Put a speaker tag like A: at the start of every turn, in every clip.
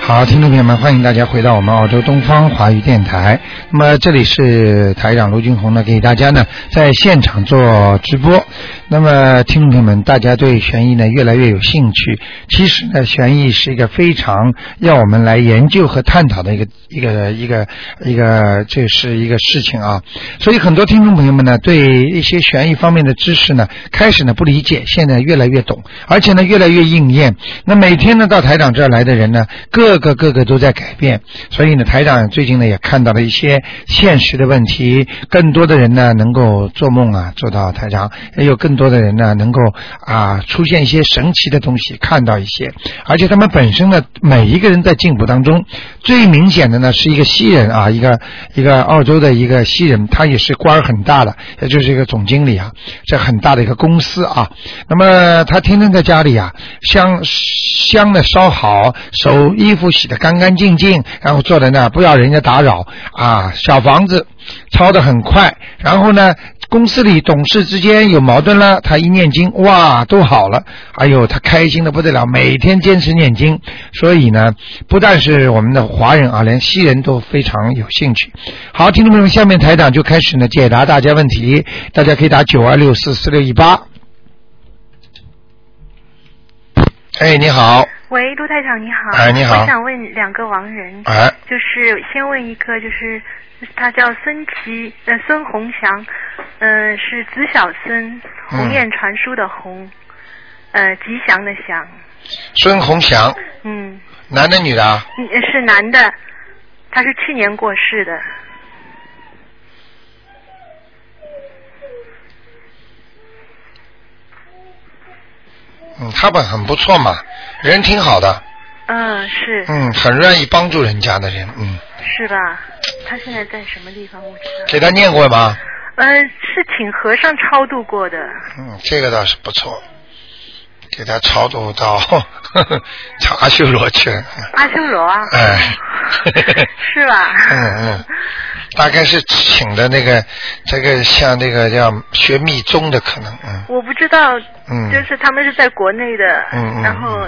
A: 好，听众朋友们，欢迎大家回到我们澳洲东方华语电台。那么这里是台长卢军红呢，给大家呢在现场做直播。那么听众朋友们，大家对悬疑呢越来越有兴趣。其实呢，悬疑是一个非常要我们来研究和探讨的一个一个一个一个，这是一个事情啊。所以很多听众朋友们呢，对一些悬疑方面的知识呢，开始呢不理解，现在越来越懂，而且呢越来越应验。那每天呢到台长这儿来的人呢，个个个个都在改变，所以呢台长最近呢也看到了一些现实的问题，更多的人呢能够做梦啊做到台长，也有更多的人呢能够啊出现一些神奇的东西，看到一些，而且他们本身呢每一个人在进步当中，最明显的呢是一个西人啊，一个一个澳洲的一个西人，他也是官儿很大的，也就是一个总经理啊，这很大的一个公司啊。那么他天天在家里啊，香香的烧好，手衣服洗得干干净净，然后坐在那儿不要人家打扰啊，小房子抄得很快，然后呢。公司里董事之间有矛盾了，他一念经，哇，都好了。哎呦，他开心的不得了，每天坚持念经。所以呢，不但是我们的华人啊，连西人都非常有兴趣。好，听众朋友们，下面台长就开始呢解答大家问题，大家可以打九二六四四六一八。哎，你好，
B: 喂，陆台长你好。
A: 哎你好
B: 我想问两个亡人，
A: 哎，
B: 就是先问一个，就是他叫孙琦，呃，孙宏祥，呃，是子小孙，
A: 嗯
B: 鸿雁传书的鸿，呃，吉祥的祥，
A: 孙宏祥，
B: 嗯，
A: 男的女的啊？
B: 嗯是男的，他是去年过世的，
A: 嗯，他们很不错嘛，人挺好的，
B: 嗯、是
A: 嗯，很愿意帮助人家的人，嗯，
B: 是吧？他现在在什么地方？我知道，
A: 给他念过吗？
B: 嗯、是请和尚超度过的，
A: 嗯，这个倒是不错，给他超度到 阿修罗去了。
B: 阿修罗啊，
A: 嗯哎，
B: 是吧？
A: 嗯嗯，大概是请的那个这个像那个叫学密宗的可能，嗯
B: 我不知道
A: 嗯，
B: 就是他们是在国内的，
A: 嗯嗯
B: 然后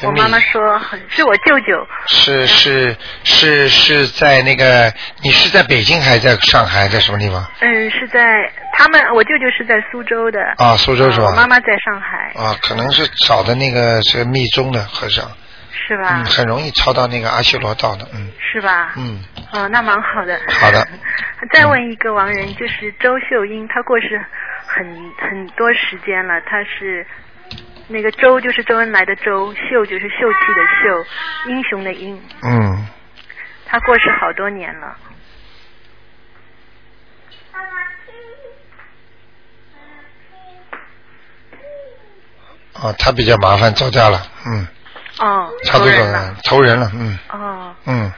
A: 神
B: 我
A: 秘
B: 妈妈说很是我舅舅，
A: 是是是是在那个你是在北京还是在上海在什么地方？
B: 嗯，是在他们我舅舅是在苏州的，
A: 啊，苏州是吧？
B: 我妈妈在上海，
A: 啊，可能是找的那个是密宗的和尚，
B: 是吧
A: 嗯，？很容易超到那个阿修罗道的，嗯
B: 是吧？
A: 嗯，
B: 哦，那蛮好的。
A: 好的。
B: 再问一个亡人，就是周秀英，她过世很很多时间了，她是。那个周就是周恩来的周，秀就是秀气的秀，英雄的英。
A: 嗯，
B: 她过世好多年了，
A: 啊，他比较麻烦，走掉了，嗯，
B: 哦，
A: 差不
B: 投
A: 多
B: 人
A: 了，投人了，嗯
B: 哦
A: 嗯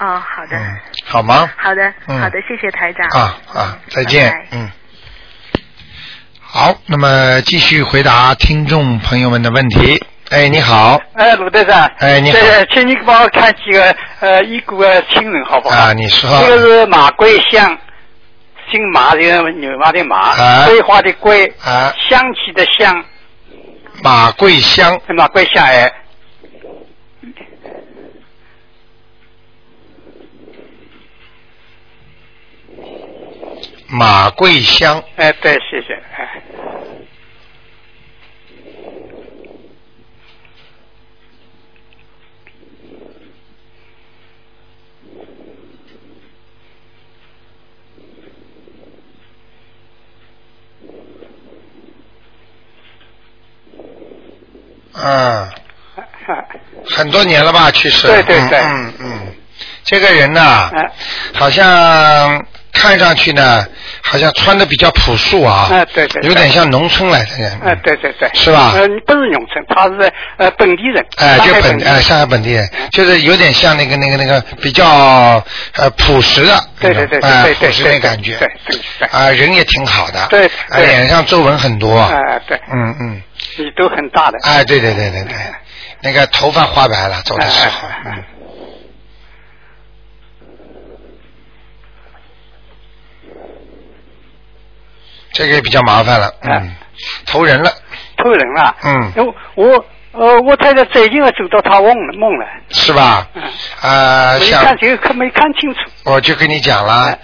B: 哦，好的，
A: 嗯，好吗？
B: 好的，
A: 嗯
B: 好的，谢谢台长。
A: 啊啊，再见，
B: 拜拜
A: 嗯。好，那么继续回答听众朋友们的问题。哎，你好，
C: 哎，鲁队长，
A: 哎你好
C: 这请你帮我看几个呃已故的亲人好不好？
A: 啊，你说，
C: 这个是马桂香，姓马的牛马的
A: 啊
C: 马，桂花的桂，
A: 啊，
C: 香气的香，
A: 马桂香，
C: 马桂香哎，
A: 马桂香，
C: 哎对，谢谢，哎，
A: 嗯，很多年了吧，去世了。
C: 对对对
A: 嗯嗯嗯，这个人呢、
C: 哎
A: 好像看上去呢，好像穿的比较朴素啊，
C: 哎对对，对
A: 有点，像农村来的人。
C: 哎对对对，
A: 嗯是吧
C: 呃，不是农村，他是呃本地人，
A: 哎，
C: 上
A: 就
C: 海
A: 本
C: 地人
A: 哎，上海本地人，就是有点像那个那个那个比较呃朴实的那
C: 对
A: 种，
C: 对对
A: 哎
C: 对
A: 朴
C: 对
A: 实
C: 对
A: 那
C: 对
A: 感觉，
C: 对对 对
A: 啊，人也挺好的，
C: 对
A: 哎
C: 对
A: 脸上皱纹很多，
C: 哎对，
A: 嗯嗯，
C: 你都很大的，
A: 哎，对对对对对，那个头发花白了，走的时候，
C: 哎哎
A: 嗯
C: 哎
A: 这个也比较麻烦了，嗯
C: 哎，
A: 投人了，
C: 偷人了。
A: 嗯
C: 啊哎因为我呃，我太太最近啊走到他梦了梦了，
A: 是吧？
C: 嗯，
A: 呃，
C: 没
A: 像
C: 看清，看没看清楚，
A: 我就跟你讲了
C: 哎，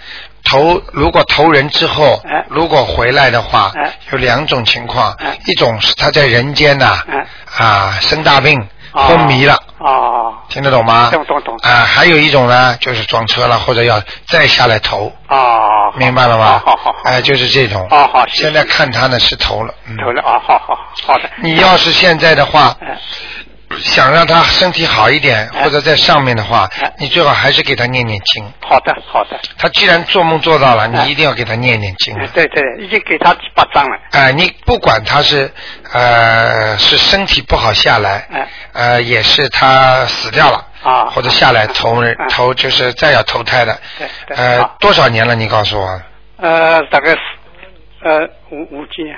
A: 投如果投人之后
C: 哎，
A: 如果回来的话
C: 哎，
A: 有两种情况
C: 哎，
A: 一种是他在人间呐
C: 哎，
A: 啊生大病
C: 啊
A: 昏迷了，
C: 哦，
A: 听得懂吗？
C: 懂懂懂，
A: 啊，还有一种呢，就是撞车了或者要再下来投，
C: 哦，
A: 明白了吗？
C: 好好好，
A: 哎，就是这种。
C: 哦好，谢谢
A: 现在看他呢是投了，嗯
C: 投了，哦，好好好的，
A: 你要是现在的话，
C: 哎，
A: 想让他身体好一点，
C: 哎
A: 或者在上面的话
C: 哎，
A: 你最好还是给他念念经。
C: 好的好的，
A: 他既然做梦做到了，
C: 哎
A: 你一定要给他念念经。
C: 哎对对，已经给他几巴掌了，
A: 哎、你不管他是呃是身体不好下来，
C: 哎
A: 呃也是他死掉了
C: 啊
A: 或者下来投人
C: 啊
A: 投就是再要投胎的
C: 对，对
A: 呃
C: 好
A: 多少年了？你告诉我，
C: 呃，大概是呃五五几年，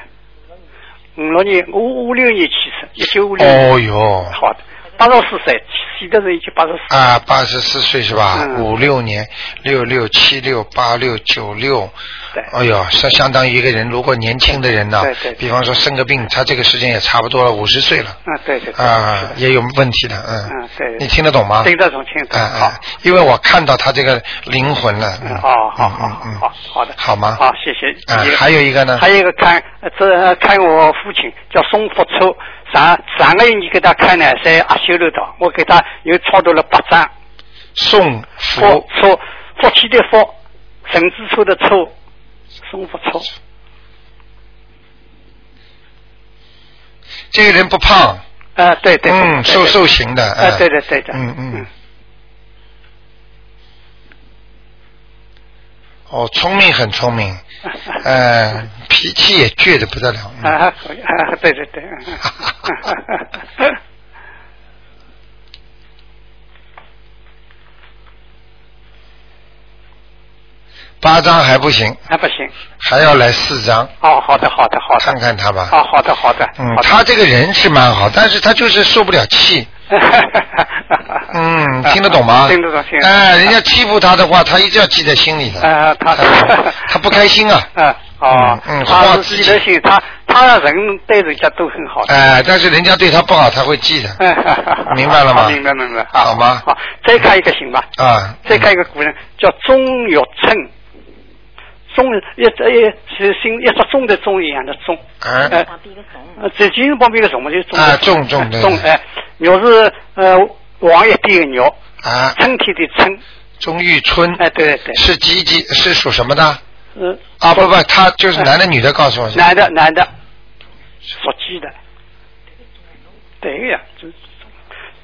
C: 五六年五五六年去世，一九五六年，
A: 哦哟
C: 好的，八十四岁，死的时候已经八十四，
A: 啊，八十四岁是吧？
C: 嗯
A: 五六年，六六七六八六九六，
C: 对
A: 哎呦，相相当于一个人，如果年轻的人呢
C: 对对，对
A: 比方说生个病，他这个时间也差不多了，五十岁了，
C: 嗯对对对，是
A: 啊
C: 的，
A: 也有问题的，嗯
C: 嗯，对，
A: 你听得懂吗？
C: 听得懂，听得懂。
A: 哎
C: 好
A: 哎，，因为我看到他这个灵魂了。嗯
C: 嗯哦，好好
A: 嗯嗯嗯
C: 好好的，
A: 好吗？
C: 好，谢谢。
A: 哎
C: 也
A: 还有一个呢
C: 还有一个看呃这呃看我父亲叫宋福初，上上个月你给他看呢，在阿修罗道，我给他又超度了八张，
A: 送
C: 福
A: 福
C: 初福气的福，神之初的初，宋福初，
A: 这个人不胖，
C: 呃，对对，对
A: 嗯，
C: 对
A: 瘦
C: 对
A: 瘦型的。
C: 呃
A: 哎，
C: 对的对的，
A: 嗯嗯。哦，聪明很聪 明，呃，脾气也倔得不得了。嗯
C: 啊，可以啊，对对 对，嗯嗯
A: 八张还不行，
C: 啊还不行，
A: 还要来四张，
C: 哦，好的好的好
A: 看
C: 的，
A: 看他吧。
C: 哦，好的好的，
A: 嗯，
C: 好的
A: 他这个人是蛮好，但是他就是受不了 气。嗯
C: 嗯，
A: 听得懂吗？
C: 听得懂，听得懂。
A: 哎，人家欺负他的话，他一定要记在心里的。
C: 呃，他
A: 哎他不开心啊。
C: 嗯，哦，
A: 嗯嗯
C: 他
A: 好
C: 是记得性，他他人对人家都很好的。
A: 哎，但是人家对他不好，他 会记的。
C: 嗯
A: 明白了吗
C: 好明白明白，啊
A: 好吗
C: 好，再看一个行吧，
A: 啊。
C: 再看一个古人叫钟玉琛，钟一一是姓一只钟的钟一样的钟，
A: 嗯
C: 呃，呃这金旁边一个钟嘛，就是钟
A: 啊
C: 的
A: 钟钟对
C: 钟哎，鸟是呃王一边的鸟，
A: 啊，
C: 春天的春，
A: 钟玉春
C: 哎，对对对，
A: 是几几是属什么的？
C: 呃，
A: 啊，不不，他就是
C: 哎
A: 男的女的，告诉我。
C: 男的男的，属鸡的，对个呀，就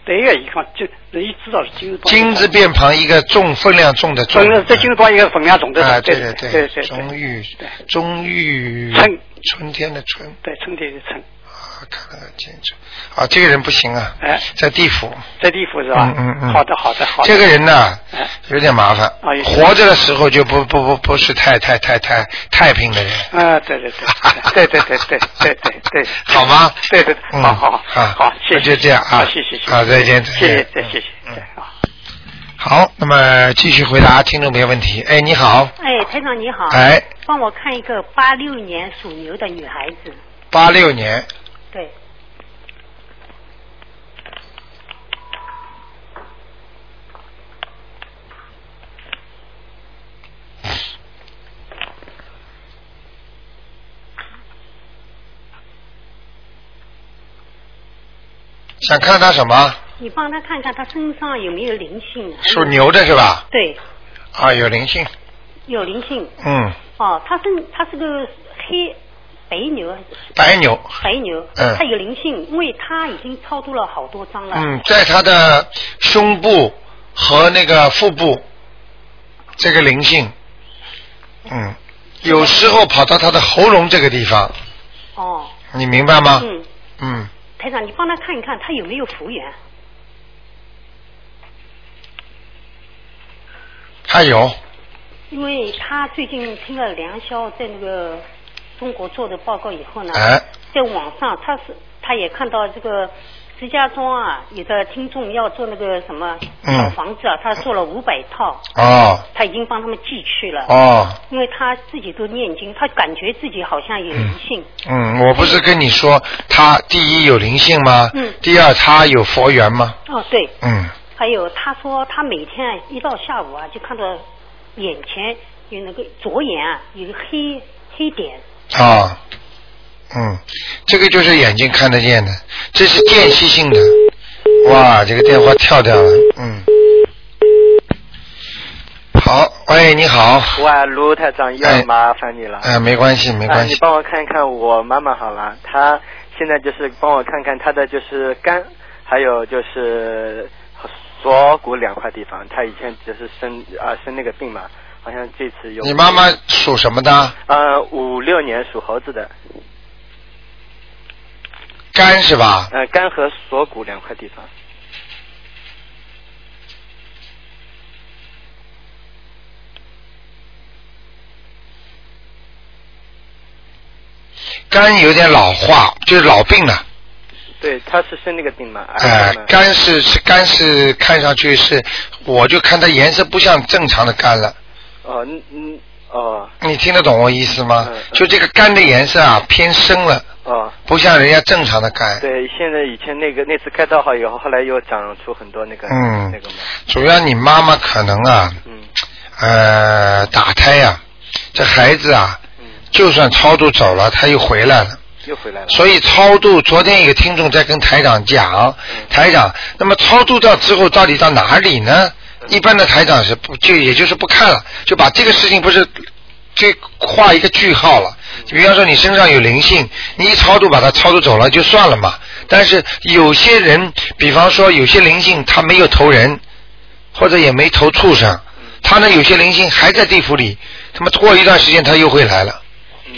C: 对个，一看就人一知道是金子帮。
A: 金字边旁一个重分量重的重
C: 分。这金子帮一个分量重的重
A: 啊，
C: 对
A: 对
C: 对对对
A: 钟玉
C: 对，
A: 钟玉
C: 春
A: 春天的春
C: 对春天的春，
A: 啊，看得很清楚啊，这个人不行啊，
C: 哎，
A: 在地府。
C: 这地府是吧？
A: 嗯嗯嗯
C: 好的好的好的。
A: 这个人呢
C: 哎，
A: 有点麻烦
C: 啊有，点
A: 活着的时候就不不不不是太太太太太平的人。
C: 啊，对对 对对对对对对对对，
A: 好吗
C: 对对，对
A: 嗯
C: 好好
A: 好
C: 好，谢
A: 那
C: 谢，
A: 就这样啊
C: 好谢谢，谢谢
A: 好再见再见
C: 谢谢，再见谢谢
A: 嗯，
C: 再见好。
A: 好，那么继续回答听众朋友问题。哎，你好，
D: 哎，台长你好，
A: 哎，
D: 帮我看一个八六年属牛的女孩子，
A: 八六年，
D: 对，
A: 想看他什么？
D: 你帮她看看她身上有没有灵性啊？
A: 属牛的是吧？
D: 对，
A: 啊，有灵性，
D: 有灵性。
A: 嗯，
D: 哦，她是她是个黑白牛还是
A: 白牛，
D: 白牛？
A: 嗯
D: 她有灵性，因为她已经超度了好多张了。
A: 嗯，在他的胸部和那个腹部，这个灵性，嗯，有时候跑到他的喉咙这个地方，
D: 哦，
A: 你明白吗？
D: 嗯，
A: 嗯，
D: 台长，你帮她看一看她有没有福缘？
A: 他有，
D: 因为她最近听了梁霄在那个中国做的报告以后呢，
A: 哎，
D: 在网上，他是他也看到这个石家庄啊，有的听众要做那个什么
A: 嗯
D: 小房子啊，他做了五百套，
A: 哦
D: 他已经帮他们寄去了。
A: 哦，
D: 因为他自己都念经，他感觉自己好像有灵性。
A: 嗯，我不是跟你说他第一有灵性吗？
D: 嗯
A: 第二他有佛缘吗？
D: 哦，对，
A: 嗯，
D: 还有他说他每天啊一到下午啊，就看到眼前有那个左眼啊有个黑黑点。
A: 啊，嗯，这个就是眼睛看得见的，这是间隙性的。哇，这个电话跳掉了，嗯。好，喂，哎你好，
E: 哇，卢台长又麻烦你了。
A: 哎、没关系，没
E: 啊，
A: 关
E: 你
A: 系，
E: 帮我看看我妈妈好了，她现在就是帮我看看她的就是肝，还有就是锁骨两块地方。她以前就是生啊、生那个病嘛，好像这次有。
A: 你妈妈？属什么的？
E: 呃，五六年属猴子的，
A: 肝是吧？
E: 呃，肝和锁骨两块地方。
A: 肝有点老化，就是老病了。
E: 对，她是生那个病嘛？
A: 哎、
E: 癌症嘛
A: 肝是是肝是看上去是，我就看它颜色不像正常的肝了。
E: 哦，嗯嗯，哦
A: 你听得懂我意思吗
E: 嗯？嗯嗯
A: 就这个肝的颜色啊偏深了，
E: 哦，
A: 不像人家正常的肝。
E: 对，现在以前那个那次开刀好以后，后来又长出很多那个、
A: 嗯
E: 那个嘛，
A: 主要你妈妈可能啊，
E: 嗯
A: 呃，打胎啊，这孩子啊，
E: 嗯，
A: 就算超度走了，他又回来了。
E: 又回来了。
A: 所以超度，昨天有个听众在跟台长
E: 嗯
A: 讲，台长，那么超度到之后到底到哪里呢？一般的台长是不就也就是不看了，就把这个事情不是这画一个句号了。比方说你身上有灵性，你一超度把它超度走了就算了嘛。但是有些人，比方说有些灵性他没有投人，或者也没投畜生，他呢有些灵性还在地府里，他么过一段时间他又会来了，
E: 嗯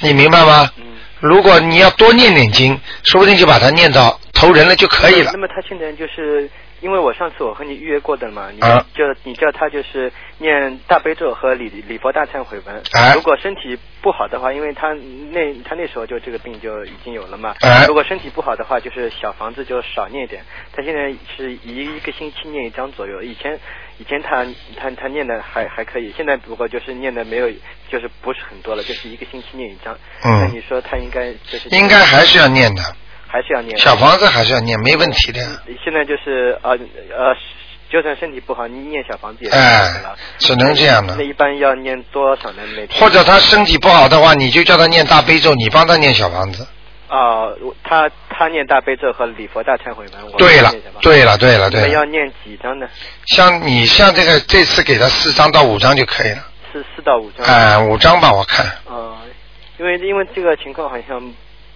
A: 你明白吗？
E: 嗯。
A: 如果你要多念念经，说不定就把它念到投人了就可以了
E: 那。么他现在就是因为我上次我和你预约过的嘛，你
A: 啊
E: 就你叫他就是念大悲咒和礼礼佛大忏悔文。
A: 哎
E: 如果身体不好的话，因为他那他那时候就这个病就已经有了嘛。
A: 哎
E: 如果身体不好的话，就是小房子就少念一点。他现在是一个星期念一张左右，以前以前他他他念的还还可以，现在不过就是念的没有，就是不是很多了，就是一个星期念一张。
A: 嗯
E: 那你说他应该就是
A: 应该还是要念的，
E: 还是要念
A: 小房子还是要念，没问题的。
E: 现在就是呃呃，就算身体不好，你念小房子也是
A: 哎
E: 了。，
A: 只能这样的
E: 那。一般要念多少呢？每天
A: 或者他身体不好的话，你就叫他念大悲咒，你帮他念小房子。
E: 啊、我他他念大悲咒和礼佛大忏悔文，我
A: 对了
E: 念小房，子
A: 对了，对了，
E: 你们
A: 对
E: 要
A: 了。
E: 念几张呢？
A: 像你像这个这次给他四张到五张就可以了，
E: 是四到五张。
A: 哎，五张吧，我看。
E: 哦，因为因为这个情况好像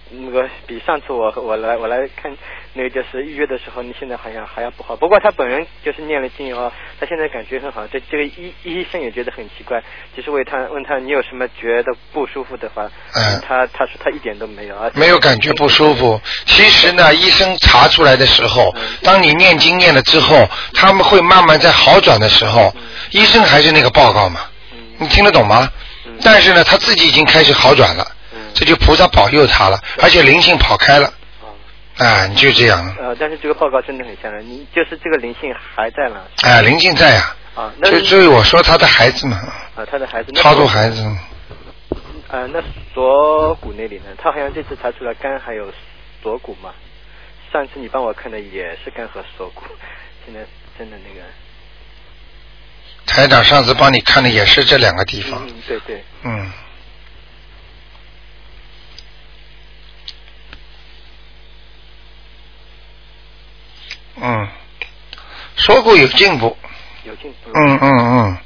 E: 嗯那个比上次我我来我来看那个就是预约的时候，你现在好像还要不好。不过他本人就是念了经以后，他现在感觉很好。这这个医医生也觉得很奇怪，其实问他问他你有什么觉得不舒服的话，
A: 嗯
E: 他他说他一点都没有，而且
A: 没有感觉不舒服。其实呢，医生查出来的时候，
E: 嗯
A: 当你念经念了之后，他们会慢慢在好转的时候，
E: 嗯
A: 医生还是那个报告嘛，你听得懂吗？
E: 嗯
A: 但是呢，他自己已经开始好转了，这就菩萨保佑他了，
E: 嗯
A: 而且灵性跑开了，哎，你就这样，
E: 呃，但是这个报告真的很吓人，你就是这个灵性还在了
A: 哎，灵性在啊，
E: 啊。那
A: 就所以我说他的孩子嘛，
E: 啊，他的孩子那
A: 超度孩子，
E: 呃，那锁骨那里呢？他好像这次查出了肝还有锁骨嘛。上次你帮我看的也是肝和锁骨， 现在真的那个，
A: 台长上次呃帮你看的也是这两个地方，
E: 嗯，对对，
A: 嗯。嗯，锁骨有进步，
E: 有进步。
A: 嗯嗯嗯，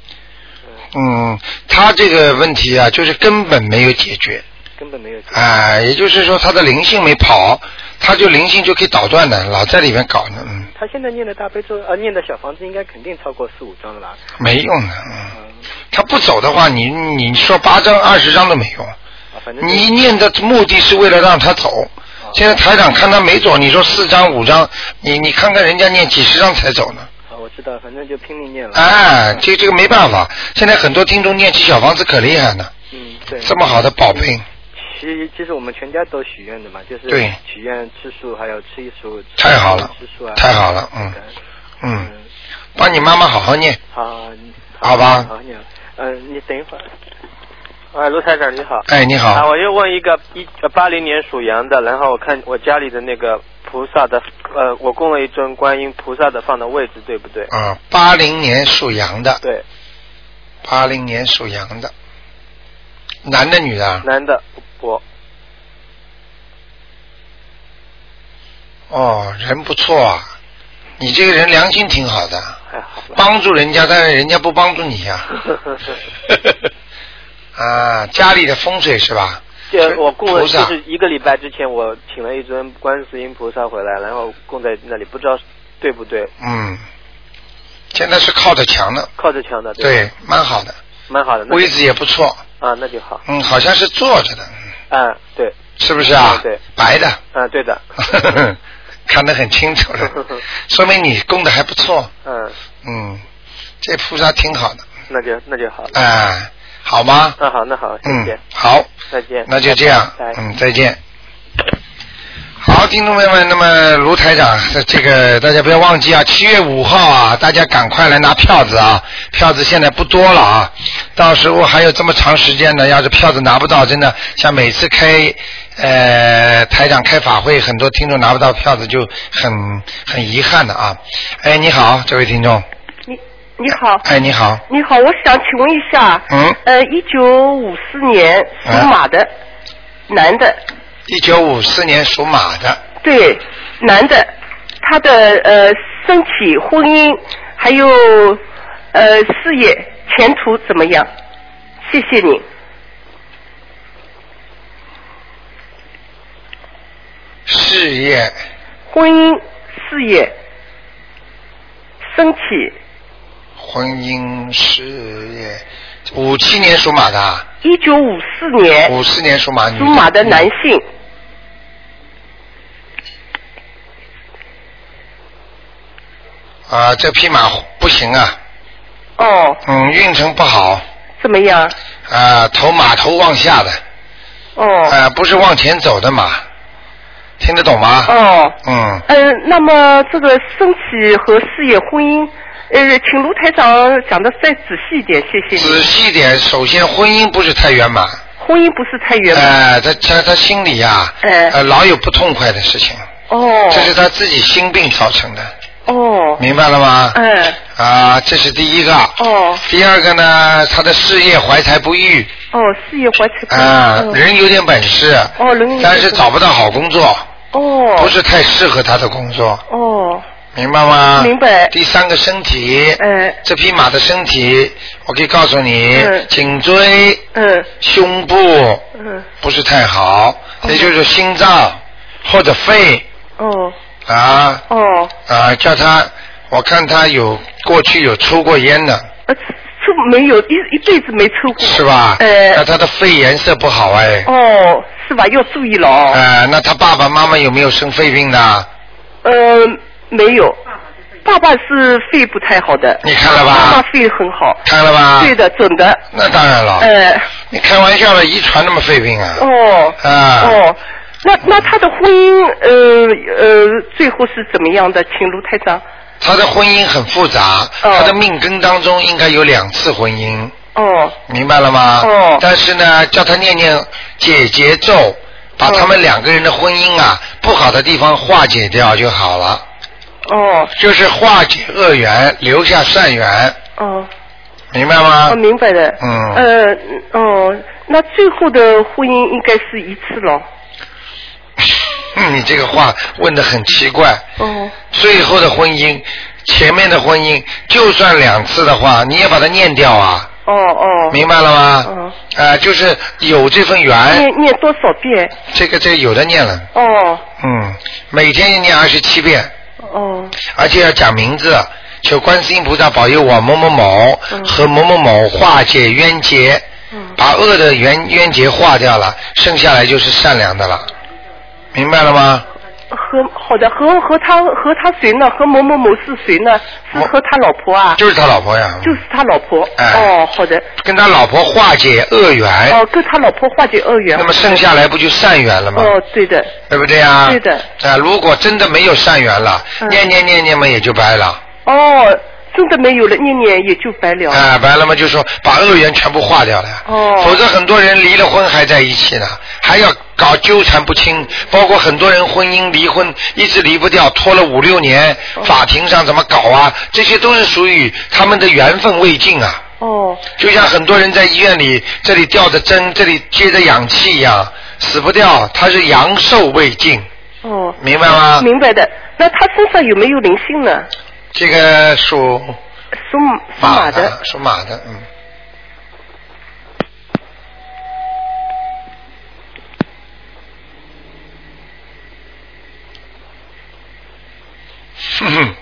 A: 嗯，他这个问题啊，就是根本没有解决，
E: 根本没有。
A: 啊、也就是说他的灵性没跑，他就灵性就可以捣乱的，老在里面搞呢，嗯，
E: 他现在念的大悲咒，呃，念的小房子应该肯定超过四五张了吧？
A: 没用的，嗯，
E: 嗯，
A: 他不走的话，你你说八张二十张都没用，
E: 啊，反正
A: 你念的目的是为了让他走。现在台长看他没走，你说四张五张，你你看看人家念几十张才走呢？
E: 啊，我知道，反正就拼命念了。
A: 哎，这这个没办法，现在很多听众念起小房子可厉害呢，
E: 嗯，对，
A: 这么好的宝贝，
E: 其实其实我们全家都许愿的嘛，就是
A: 对
E: 许愿吃素，还有吃一素。吃
A: 太好了
E: 吃素啊，
A: 太好了嗯
E: 感恩
A: 嗯，帮你妈妈好好念。
E: 好，你
A: 好吧
E: 好，你好，嗯，你等一会儿。哎，卢台长你好。
A: 哎，你
E: 啊，
A: 好，
E: 我又问一个一呃八零年属羊的，然后我看我家里的那个菩萨的，呃，我供了一尊观音菩萨的放的位置对不对？
A: 啊，八零年属羊的，
E: 对，
A: 八零年属羊的，男的女的啊？
E: 男的我
A: 哦，人不错啊，你这个人良心挺好的，
E: 还哎好吧？
A: 帮助人家，但是人家不帮助你 呀、啊。啊，家里的风水是吧？
E: 这我供
A: 菩
E: 了就
A: 萨
E: 是一个礼拜之前，我请了一尊观世音菩萨回来，然后供在那里，不知道对不对？
A: 嗯，现在是靠着墙的，
E: 靠着墙的，吧，
A: 对，蛮好的，
E: 蛮好的，那
A: 位置也不错，
E: 啊，那就好，
A: 嗯，好像是坐着的，嗯
E: 啊，对，
A: 是不是啊？
E: 对对
A: 白的，
E: 啊，对的，
A: 看得很清楚 了，说明你供的还不错，
E: 嗯，
A: 嗯，这菩萨挺好的，
E: 那就那就好了，
A: 哎、好吗？
E: 那好，那好，谢谢
A: 嗯，，好，
E: 再见，
A: 那就这样
E: 拜，拜
A: 嗯，再见。好，听众朋友们，那么卢台长，这个大家不要忘记啊，七月五号啊，大家赶快来拿票子啊，票子现在不多了啊，到时候还有这么长时间呢，要是票子拿不到，真的像每次开呃台长开法会，很多听众拿不到票子就很很遗憾的啊。哎，你好，这位听众，
F: 你你好，
A: 哎，你好，
F: 你好，我想请问一下，
A: 嗯
F: 呃，一九五四年属
A: 啊
F: 马的、男的，
A: 一九五四年属马的，
F: 对，男的，他的呃身体、婚姻还有呃事业前途怎么样？谢谢你。
A: 事业
F: 婚姻、事业、身体，
A: 婚姻事业，五七年属马的啊，
F: 一九五四年
A: 五四年属马女
F: 属马的男性，
A: 啊，这匹马不行啊，
F: 哦，
A: 嗯，运程不好
F: 怎么样？
A: 啊，头马头往下的，
F: 哦、
A: 啊，不是往前走的马，听得懂吗？
F: 哦。
A: 嗯，
F: 呃，那么这个身体和事业、婚姻，呃，请卢台长讲的再仔细一点，谢谢你。
A: 仔细点，首先婚姻不是太圆满，
F: 婚姻不是太圆满、
A: 哎、他他他心里呀、
F: 哎
A: 呃，老有不痛快的事情，
F: 哦
A: 这是他自己心病造成的，
F: 哦，
A: 明白了吗？
F: 嗯、
A: 啊，这是第一个。
F: 哦
A: 第二个呢，他的事业怀才不遇
F: 哦，事业怀才不遇
A: 啊、
F: 嗯
A: 人有点本事，
F: 哦，人
A: 但是找不到好工作，
F: 哦
A: 不是太适合他的工作，
F: 哦，
A: 明白吗？
F: 明白
A: 第三个身体，
F: 嗯
A: 这匹马的身体，我可以告诉你，
F: 嗯
A: 颈椎、
F: 嗯哦
A: 胸部
F: 嗯
A: 不是太好，也就是心脏或者肺
F: 哦
A: 啊
F: 哦，
A: 啊，叫他，我看他有过去有抽过烟的。
F: 呃，抽没有一一辈子没抽过
A: 是吧？
F: 呃
A: 那他的肺颜色不好哎。
F: 哦，是吧？要注意了哦。
A: 呃，那他爸爸妈妈有没有生肺病的？
F: 呃，没有，爸爸是肺不太好的，
A: 你看了吧
F: 妈妈肺很好，
A: 看了吧？
F: 对。的，准的。
A: 那当然了。
F: 呃，
A: 你开玩笑了，遗传那么肺病啊？
F: 哦，
A: 啊
F: 哦，那那他的婚姻，呃呃，最后是怎么样的？请卢台长。
A: 他的婚姻很复杂，
F: 哦
A: 他的命根当中应该有两次婚姻，
F: 哦
A: 明白了吗？
F: 哦
A: 但是呢，叫他念念解结咒，把他们两个人的婚姻啊、不好的地方化解掉就好了，
F: 哦
A: 就是化解恶缘，留下善缘，
F: 哦，
A: 明白吗？
F: 我哦明白的。
A: 嗯
F: 呃哦，那最后的婚姻应该是一次了。
A: 嗯你这个话问的很奇怪。
F: 哦
A: 最后的婚姻，前面的婚姻，就算两次的话，你也把它念掉啊，
F: 哦哦。
A: 明白了吗？
F: 嗯
A: 啊、就是有这份缘，
F: 念念多少遍？
A: 这个这个有的念了，
F: 哦
A: 嗯，每天念二十七遍，
F: 哦
A: 而且要讲名字，求观世音菩萨保佑我某某某
F: 嗯
A: 和某某某化解冤结，
F: 嗯
A: 把恶的冤冤结化掉了，剩下来就是善良的了，明白了吗？
F: 和好的和和他和他谁呢？和某某某是谁呢？是和他老婆啊？
A: 就是他老婆呀，
F: 就是他老婆。
A: 哎
F: 哦，好的。
A: 跟他老婆化解恶缘，
F: 哦，跟他老婆化解恶缘。
A: 那么剩下来不就善缘了吗？
F: 哦，对的。
A: 对不对呀？
F: 对的
A: 啊、如果真的没有善缘了，
F: 嗯
A: 念念念念嘛也就白了，
F: 哦，真的没有了，念念也就白了。
A: 啊、白了嘛就说把恶缘全部化掉了呀。
F: 哦。
A: 否则很多人离了婚还在一起呢，还要搞纠缠不清，包括很多人婚姻离婚一直离不掉，拖了五六年，
F: 哦
A: 法庭上怎么搞啊？这些都是属于他们的缘分未尽啊。
F: 哦
A: 就像很多人在医院里这里吊着针，这里接着氧气一样，死不掉，他是阳寿未尽，
F: 哦。
A: 明白吗？
F: 明白的。那他身上有没有灵性呢？
A: 这个属
F: 属属马的。，
A: 属马的，嗯。 哼哼，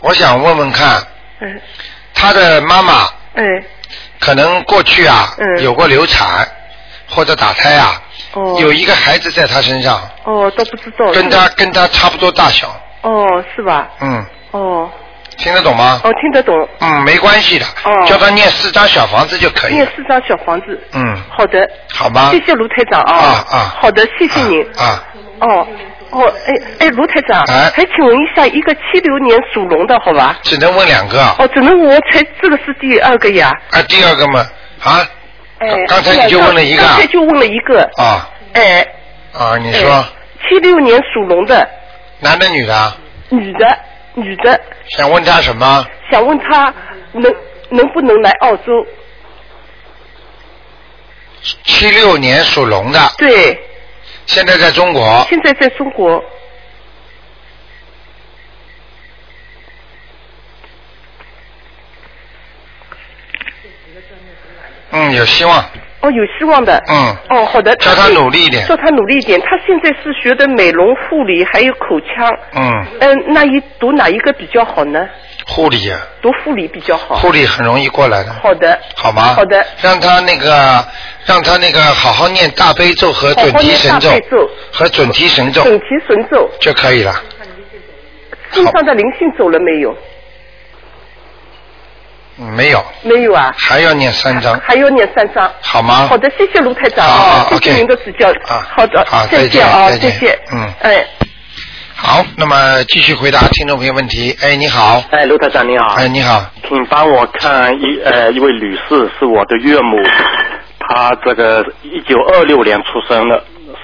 A: 我想问问看，
F: 嗯
A: 他的妈妈
F: 哎
A: 可能过去啊、
F: 嗯
A: 有过流产或者打胎啊，
F: 哦。
A: 有一个孩子在他身上，
F: 哦，倒不知道。
A: 跟他跟他差不多大小，
F: 哦，是吧？
A: 嗯，
F: 哦
A: 听得懂吗？
F: 哦，听得懂。
A: 啊嗯，没关系的，
F: 哦
A: 叫他念四张小房子就可以
F: 念
A: 了。
F: 四张小房子。
A: 嗯，
F: 好的，
A: 好吧。
F: 谢谢卢台长啊。
A: 啊啊
F: 好的，谢谢您。
A: 啊，
F: 哦哦，哎哎，卢台长，
A: 哎
F: 还请问一下，一个七六年属龙的好吧？
A: 只能问两个啊。
F: 哦，只能我才这个是第二个呀。
A: 啊，第二个嘛，啊
F: 哎，
A: 刚才你就问了一个啊
F: 刚才就问了一个。
A: 啊
F: 哎，
A: 啊，你说
F: 七六年属龙的
A: 男的女的啊？
F: 女的，女的，
A: 想问他什么？
F: 想问她能能不能来澳洲？
A: 七六年属龙的，
F: 对，
A: 现在在中国，
F: 现在在中国。
A: 嗯，有希望，
F: 哦，有希望的。
A: 嗯，
F: 哦，好的。
A: 叫他努力一点
F: 叫他努力一点。他现在是学的美容护理，还有口腔。
A: 嗯，
F: 嗯，那一读哪一个比较好呢？
A: 护理啊，
F: 读护理比较好。
A: 护理很容易过来的，
F: 好的。
A: 好吗？
F: 好的。
A: 让他那个，让他那个好好念大悲咒和准提神咒
F: 好好念大悲咒
A: 和准提神咒
F: 整齐神咒，
A: 就可以了。
F: 身上的灵性走了没有？
A: 嗯没有，
F: 没有啊。
A: 还要念三张，
F: 还要念三张。
A: 好吗？
F: 好的，谢谢卢台长
A: 好
F: 啊，
A: 好
F: 谢谢
A: OK
F: 您的指教。
A: 啊
F: 好的
A: 好，再
F: 再
A: 见
F: 见啊，
A: 再
F: 谢
A: 见
F: 谢。
A: 嗯
F: 哎。
A: 好，那么继续回答听众朋友问题。哎，你好，
G: 哎，卢台长你好，
A: 哎，你好，
G: 请帮我看一呃一位女士是我的岳 母，她这个一九二六年出生的，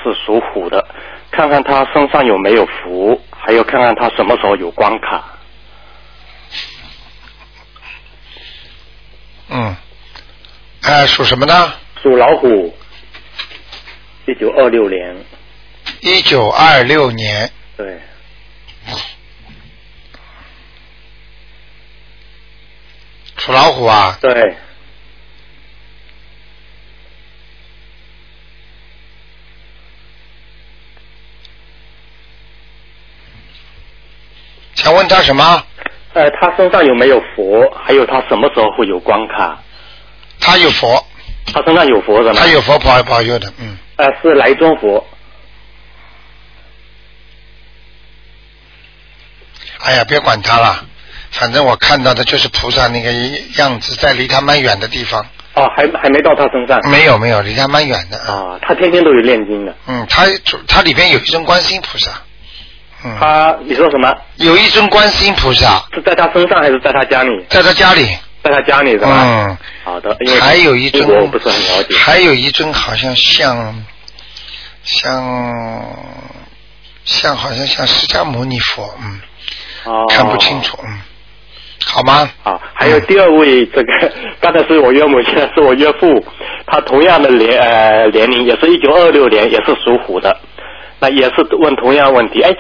G: 是属虎的，看看她身上有没有符，还有看看她什么时候有关卡。
A: 嗯，哎，属什么呢？
G: 属老虎，一九二六年，
A: 一九二六年，
G: 对，
A: 属老虎啊。
G: 对，
A: 想问他什么？
G: 呃，她身上有没有符，还有她什么时候会有关卡？
A: 他有佛，
G: 她身上有佛什么？
A: 他有佛保保佑的，嗯，
G: 呃，是来中佛。
A: 哎呀，别管他了，反正我看到的就是菩萨那个样子，在离他蛮远的地方，
G: 哦，还还没到她身上。
A: 没有没有，离他蛮远的啊，
G: 啊，她啊天天都有念经的。
A: 嗯，他他里边有一尊观世音菩萨，嗯，
G: 她，你说什么？
A: 有一尊观世音菩萨
G: 是在他身上还是在他家里？
A: 在他家里，
G: 在他家里是吧？
A: 嗯，
G: 好的，因为
A: 还有一
G: 中
A: 尊
G: 国我不是很了解。
A: 还有一尊好像像像像好像像释迦牟尼佛，嗯，
G: 哦
A: 看不清。楚，嗯，好吗？
G: 好，还有第二位，这 个刚才是我岳母，现在是我岳父，他同样的年呃年龄，也是一九二六年，也是属虎的，那也是问同样问题，哎，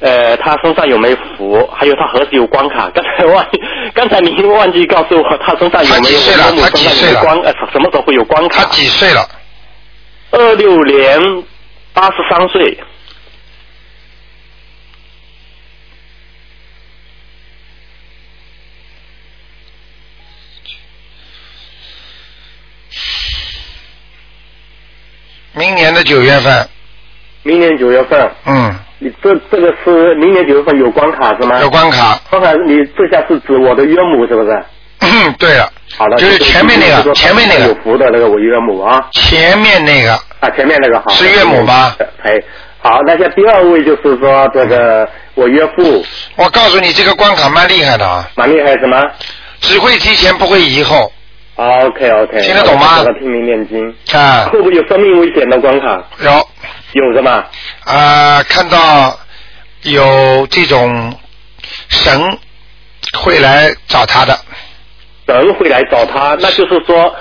G: 呃，他身上有没有符？还有他何时有关卡？刚才忘 记，刚才您忘记告诉我他身上有没有
A: 他几岁了
G: 我岳母
A: 他几
G: 身上有没有
A: 岁
G: 关呃什么时候会有关
A: 他
G: 卡？
A: 几岁了？
G: 二六年八十三岁。
A: 明年的九月份，
G: 明年九月份，
A: 嗯，
G: 你这这个是明年九月份有关卡是吗？
A: 有关卡。
G: 关卡，你这下是指我的岳母是不是？
A: 嗯 对了，
G: 好的，
A: 就是前面那个
G: 就是说
A: 前面那个
G: 有福的那个我岳母啊
A: 前面那个
G: 啊，前面那个好
A: 是岳母吧？
G: 哎，好，那像第二位就是说这个我岳父
A: 我告诉你，这个关卡蛮厉害的啊，
G: 蛮厉害什么
A: 只会提前不会以后
G: ？OK OK，
A: 听得懂吗
G: 拼命念经，
A: 啊，
G: 会不会有生命危险的关卡？
A: 有
G: 有是吧？
A: 啊，看到有这种神会来找他的，
G: 神会来找他，那就是说，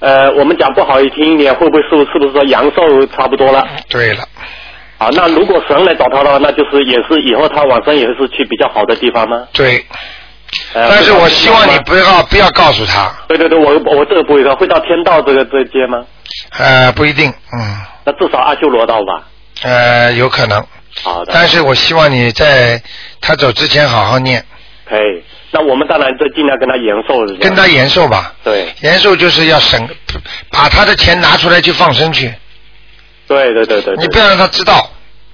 G: 呃，我们讲不好听一点，会不会是不是不是说阳寿差不多了？
A: 对了，
G: 啊，那如果神来找他的话，那就是也是以后他往生也是去比较好的地方吗？
A: 对，
G: 呃、
A: 但是
G: 会到
A: 我希望你
G: 天道吗
A: 不要不要告诉他，
G: 对对对，我我这个不会说会到天道这个这阶吗？
A: 呃，不一定，嗯，
G: 那至少阿修罗道吧。
A: 呃，有可能，
G: 好的，
A: 但是我希望你在他走之前好好念，
G: 可以。那我们当然就尽量跟他延寿是吧
A: 跟他延寿吧，
G: 对
A: 延寿就是要省，把他的钱拿出来去放生去，
G: 对对对对，
A: 你
G: 对
A: 不要让他知道，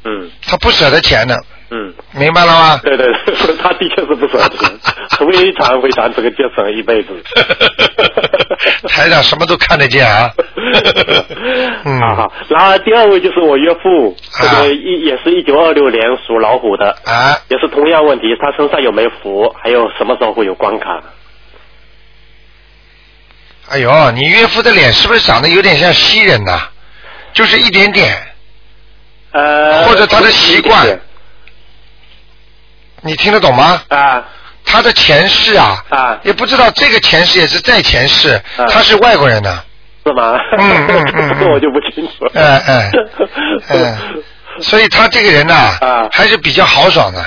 G: 嗯
A: 他不舍得钱的，
G: 嗯，
A: 明白了吗？
G: 对对，对他的确是不舍得钱， 非常非常这个节省一辈子。。
A: 台长什么都看得见啊嗯，
G: 好好，然后第二位就是我岳父，这
A: 啊
G: 个一也是一九二六年属老虎的，
A: 啊，
G: 也是同样问题，他身上有没有福，还有什么时候会有关卡？
A: 哎呦，你岳父的脸是不是长得有点像西人呐？就是一点点，
G: 呃，
A: 嗯或者他的习惯
C: 嗯
G: 一点
A: 你听得懂吗？
G: 点啊
A: 他的前世啊，
G: 啊，
A: 也不知道这个前世也是在前世
G: 啊，
A: 他是外国人呢、
G: 是吗？
A: 嗯嗯嗯
G: 这我就不清楚了。
A: 哎哎哎所以他这个人呐、
G: 啊
A: 还是比较豪爽的，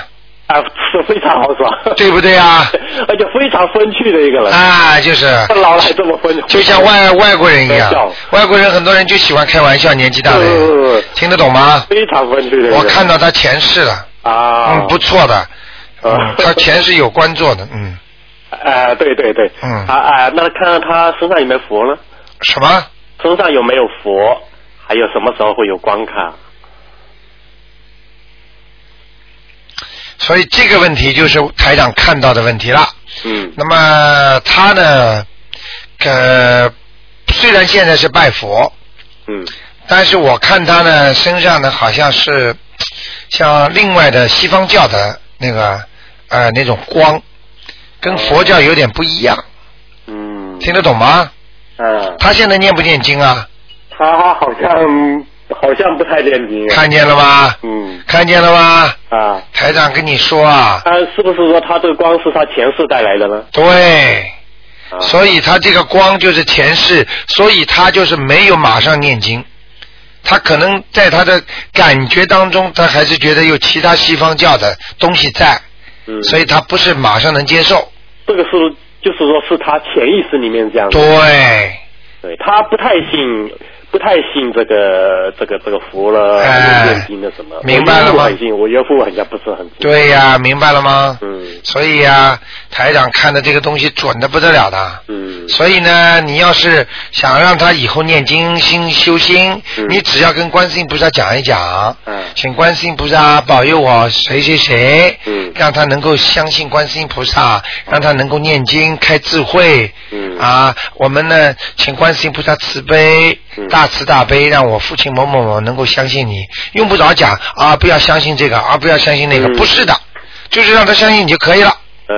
G: 啊，是非常豪爽，
A: 对不对 啊？
G: 而且非常风趣的一个人，
A: 啊，就是
G: 老来这么风趣，
A: 就像外外国人一样
G: 开玩笑，呃
A: 外国人很多人就喜欢开玩笑，年纪大的
G: 不不不
A: 人
G: 不
A: 听得懂吗？
G: 非常风趣的一个人。
A: 我看到他前世了，
G: 啊，
A: 嗯，不错的，
G: 啊
A: 嗯，他前世有官做的，嗯，
G: 哎，对对对，
A: 嗯
G: 啊啊，那看看他身上有没有佛呢？
A: 什么？
G: 身上有没有佛？还有什么时候会有关卡？
A: 所以这个问题就是台长看到的问题了。
G: 嗯
A: 那么他呢，呃，虽然现在是拜佛，
G: 嗯，
A: 但是我看他呢身上呢好像是像另外的西方教的那个呃那种光，跟佛教有点不一样，
G: 嗯，
A: 听得懂吗？
G: 嗯，
A: 他现在念不念经啊？
G: 他好像好像不太念经啊，
A: 看见了吗？
G: 嗯
A: 看见了吗？
G: 啊，
A: 台长跟你说啊，
G: 他是不是说他这个光是他前世带来的呢？
A: 对，
G: 啊，
A: 所以他这个光就是前世，所以他就是没有马上念经，他可能在他的感觉当中，他还是觉得有其他西方教的东西在，
G: 嗯，
A: 所以他不是马上能接受。
G: 这个是就是说是他潜意识里面这样的，
A: 对，
G: 对他不太信。不太信这个这个这个佛了，
A: 哎
G: 念经的什么？
A: 明白了吗
G: 我岳父很信，我岳父好像不是很信。
A: 对呀、明白了吗？
G: 嗯
A: 所以呀、台长看的这个东西准的不得了的。
G: 嗯
A: 所以呢，你要是想让他以后念经、心修心，
G: 嗯
A: 你只要跟观世音菩萨讲一讲，
G: 嗯
A: 请观世音菩萨保佑我谁谁谁，
G: 嗯
A: 让他能够相信观世音菩萨，让他能够念经开智慧，
G: 嗯
A: 啊，我们呢，请观世音菩萨慈悲，
G: 嗯
A: 大慈大悲，让我父亲某某某能够相信你，用不着讲啊，不要相信这个啊，不要相信那个，
G: 嗯
A: 不是的，就是让他相信你就可以了，
G: 对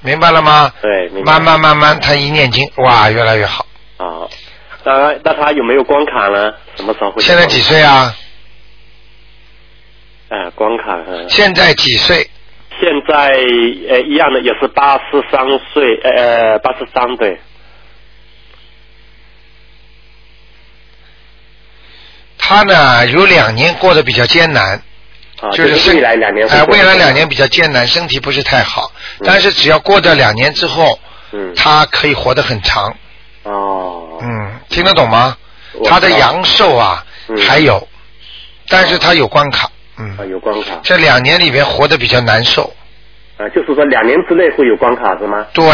A: 明白了吗？
G: 对，明白
A: 慢慢慢慢，他一念经，哇，越来越好。
G: 好，当然，啊那他有没有光卡呢？什么时候会？
A: 现在几？岁啊？
G: 呃，光卡，呃、
A: 现在几岁？
G: 现在呃一样的，也是八十三岁，呃八十三对，
A: 他呢有两年过得比较艰难，
G: 啊，
A: 就
G: 就是
A: 身
G: 未来两年会
A: 哎、
G: 过得
A: 未
G: 更好，
A: 来两年比较艰难，身体不是太好。
G: 嗯
A: 但是只要过掉两年之后，
G: 嗯，
A: 他可以活得很长。
G: 哦，
A: 嗯，听得懂吗？
G: 我
A: 他的
G: 知道
A: 阳寿啊、
G: 嗯
A: 还有，但是他有关卡。嗯，
G: 啊有光卡，
A: 这两年里面活得比较难受。
G: 啊，就是说两年之内会有光卡是吗？
A: 对，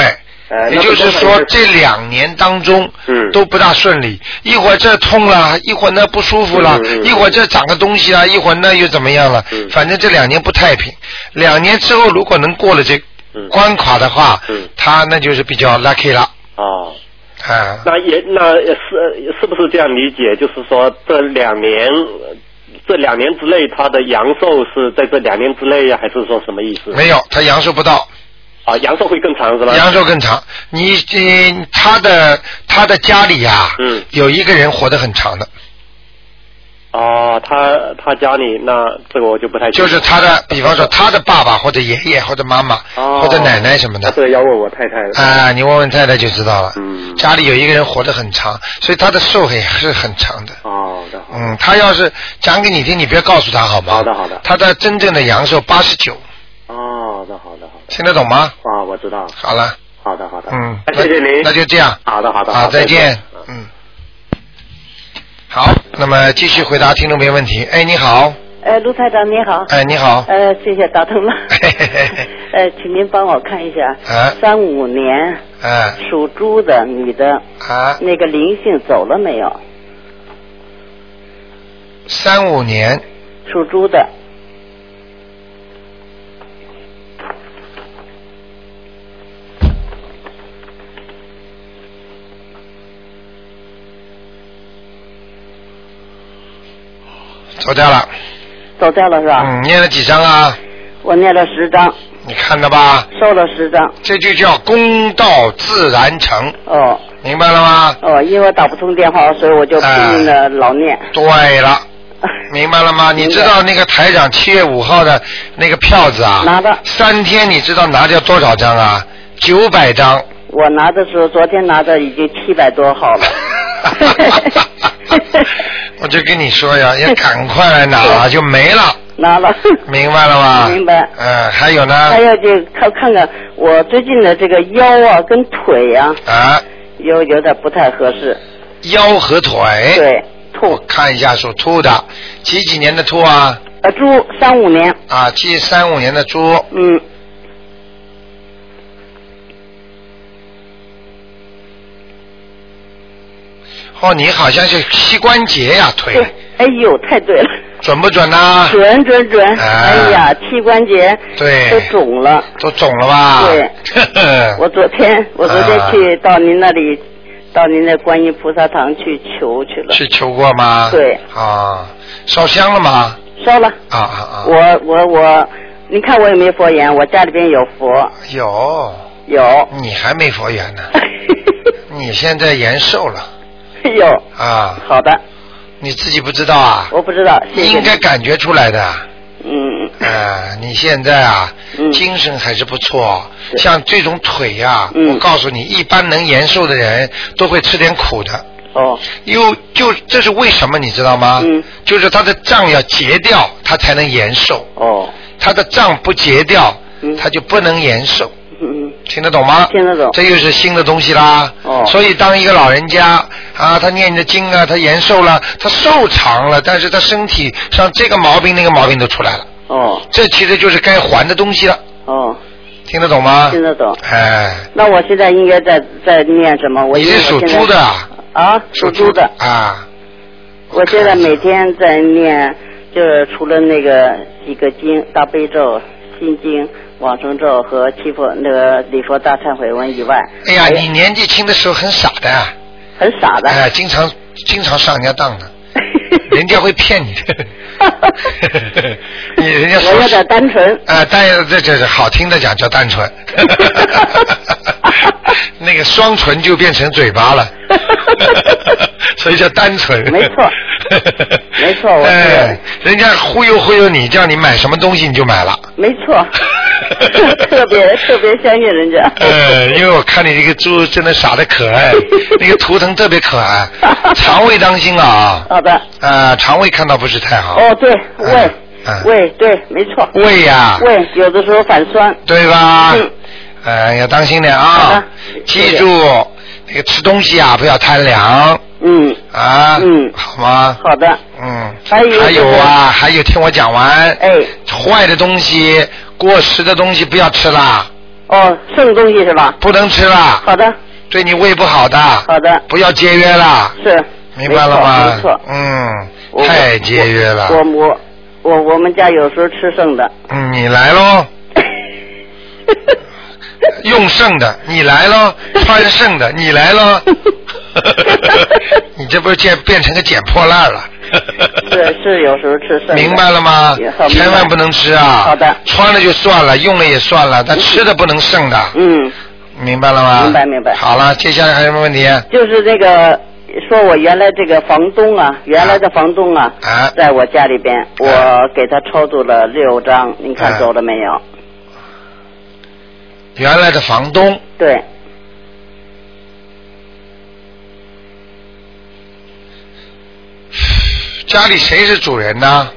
G: 呃，
A: 也就是说这两年当中，
G: 嗯
A: 都不大顺利，一会儿这痛了，一会儿那不舒服了，
G: 嗯嗯
A: 一会儿这长个东西啊，一会儿那又怎么样了，
G: 嗯
A: 反正这两年不太平。两年之后如果能过了这
G: 嗯
A: 关卡的话，
G: 嗯
A: 他那就是比较 lucky 了，
G: 哦，
A: 啊，
G: 那也那也是是不是这样理解？就是说这两年呃这两年之内，他的阳寿是在这两年之内呀，还是说什么意思？
A: 没有，他阳寿不到，
G: 啊，阳寿会更长是吧？
A: 阳寿更长。你你他的他的家里啊，
G: 嗯
A: 有一个人活得很长的，
G: 哦，他他家里那这个哎我就不太清
A: 就
G: 楚
A: 是他的，比方说他的爸爸或者爷爷或者妈妈、
G: 哦
A: 或者奶奶什么的
G: 那，这个要问我太太了。
A: 啊，你问问太太就知道了。
G: 嗯
A: 家里有一个人活得很长，所以他的寿也是很长的。
G: 哦，那好。
A: 嗯，他要是讲给你听，你不要告诉他好吗？
G: 好的好的
A: 他的真正的阳寿八十九，
G: 哦，那好的好的。
A: 听得懂吗？
G: 啊，我知道。
A: 好了，
G: 好的好的。
A: 嗯，
G: 哎那谢谢您。
A: 那就这样。
G: 好的好的。
A: 好，再见
G: 嗯。
A: 嗯。好，那么继续回答听众朋友问题。哎，你好，
H: 呃，卢台长你好，
A: 哎，你好，，
H: 呃，谢谢打通了呃，请您帮我看一下
A: 啊，
H: 三五年
A: 哎，
H: 属猪的女的，
A: 啊，
H: 那个灵性走了没有？
A: 三五年，
H: 属猪的，
A: 走掉了。
H: 走掉了是吧？
A: 嗯，念了几张啊？
H: 我念了十张，
A: 你看了吧？
H: 收了十张，
A: 这就叫公道自然成，
H: 哦
A: 明白了吗？哎
H: 哦，因为我打不通电话，所以我就拼命
A: 啊
H: 的老念。
A: 对 了，明白了吗？
H: 明
A: 你
H: 白
A: 知道那个台长七月五号的那个票子啊？
H: 拿的
A: 三天，你知道拿掉多少张啊？九百张。
H: 我拿的时候，昨天拿的已经七百多号 了。
A: 我就跟你说呀，要赶快来拿 啊，就没了，
H: 拿了，
A: 明白了吗？
H: 明白
A: 嗯，还有呢
H: 还？有就看看看我最近的这个腰啊跟腿啊，
A: 啊，
H: 有有点不太合适，
A: 腰和腿。
H: 对，
A: 我
H: 吐
A: 看一下属兔的，几几年的兔啊？
H: 呃猪三五年，
A: 啊，七三五年的猪，
H: 嗯，
A: 哦，你好像是膝关节呀、
H: 对
A: 腿，，
H: 哎呦太对了，
A: 准不准啊呐、
H: 准准准，
A: 哎
H: 哎呀膝关节
A: 对
H: 都肿了，
A: 都肿了吧？
H: 对 我昨天我昨天
A: 啊
H: 去到您那里，到您那观音菩萨堂去求去了，
A: 去求过吗？
H: 对。
A: 啊，烧香了吗？
H: 烧了，
A: 啊啊啊！
H: 我我我，您看我有没有佛缘？我家里边有佛，
A: 有，
H: 有，
A: 你还没佛缘 呢，你现在延寿了
H: 有，
A: 啊？
H: 好的，
A: 你自己不知道啊？
H: 我不知道，谢谢
A: 应
H: 你，
A: 该感觉出来的。
H: 嗯
A: 啊，你现在啊，
H: 嗯
A: 精神还是不错。
H: 是
A: 像这种腿呀、
H: 嗯
A: 我告诉你，一般能延寿的人都会吃点苦的。
H: 哦，
A: 又就这是为什么你知道吗？
H: 嗯
A: 就是他的账要结掉，他才能延寿。
H: 哦，
A: 他的账不结掉，
H: 嗯
A: 他就不能延寿。
H: 嗯，
A: 听得懂吗？
H: 听得懂
A: 这又是新的东西啦。
H: 哦
A: 所以当一个老人家啊，他念着经啊，他延寿了，他寿长了，但是他身体上这个毛病那个毛病都出来了。
H: 哦
A: 这其实就是该还的东西了，
H: 哦，
A: 听得懂吗？
H: 听得懂。
A: 哎，
H: 那我现在应该在在念什么？我
A: 你
H: 因为
A: 是
H: 哎我
A: 属
H: 现在
A: 猪的啊？
H: 啊，属猪的。
A: 啊。
H: 我现在
A: 看一下
H: 每天在念，就是除了那个几个经，大悲咒、心经、往生咒和七佛那个礼佛大忏悔文以外，
A: 哎呀，
H: 还有
A: 你年纪轻的时候很傻的，啊
H: 很傻的。
A: 哎，经常经常上人家当 的，人家会骗你的。 你人家说
H: 我有点单纯。
A: 啊，但是这这是好听的讲叫单 纯，那个双唇就变成嘴巴 了，所以叫单纯。
H: 没 错没错我是
A: 哎，人家忽悠忽悠你，叫你买什么东西你就买了。，
H: 没错特别特别相信人家。
A: 呃，因为我看你这个猪真的傻的可爱，那个图腾特别可 爱，肠胃当心啊，
H: 好的，
A: 啊，肠胃看到不是太好，
H: 哦对，
A: 嗯
H: 胃
A: 嗯
H: 胃对，没错，
A: 胃呀，
H: 胃有的时候反酸。
A: 对吧
H: 嗯？
A: 呃，要当心点
H: 好
A: 啊
H: 的，
A: 记住那个吃东西啊，不要贪凉
H: 嗯，
A: 啊，
H: 嗯
A: 好吗？
H: 好的，
A: 嗯，
H: 还有就是
A: 啊，还有听我讲完，
H: 哎，
A: 坏的东西、过时的东西不要吃啦，
H: 哦，剩东西是吧？
A: 不能吃了，
H: 好的，
A: 对你胃不好的，
H: 好的，
A: 不要节约了，
H: 呃是。
A: 明白了吗？
H: 没错，没错
A: 嗯，
H: 我
A: 太节约
H: 我
A: 了。
H: 我我我们家有时候吃剩的。
A: 嗯，你来 喽，用剩的，你来喽，翻剩的，你来喽。 你这不是变变成个捡破烂了？
H: 是是，有时候吃剩的。
A: 明白了吗
H: 也好？明白
A: 千万不能吃啊！
H: 好的
A: 穿了就算了，用了也算了，但吃的不能剩的，
H: 嗯，
A: 明白了吗？
H: 明白明白
A: 好了，接下来还有什么问题？
H: 就是那个说我原来这个房东啊，原来的房东啊，
A: 啊
H: 在我家里边，我给他超度了六张，您
A: 啊
H: 看走了没有？
A: 原来的房东，
H: 对，
A: 家里谁是主人呢？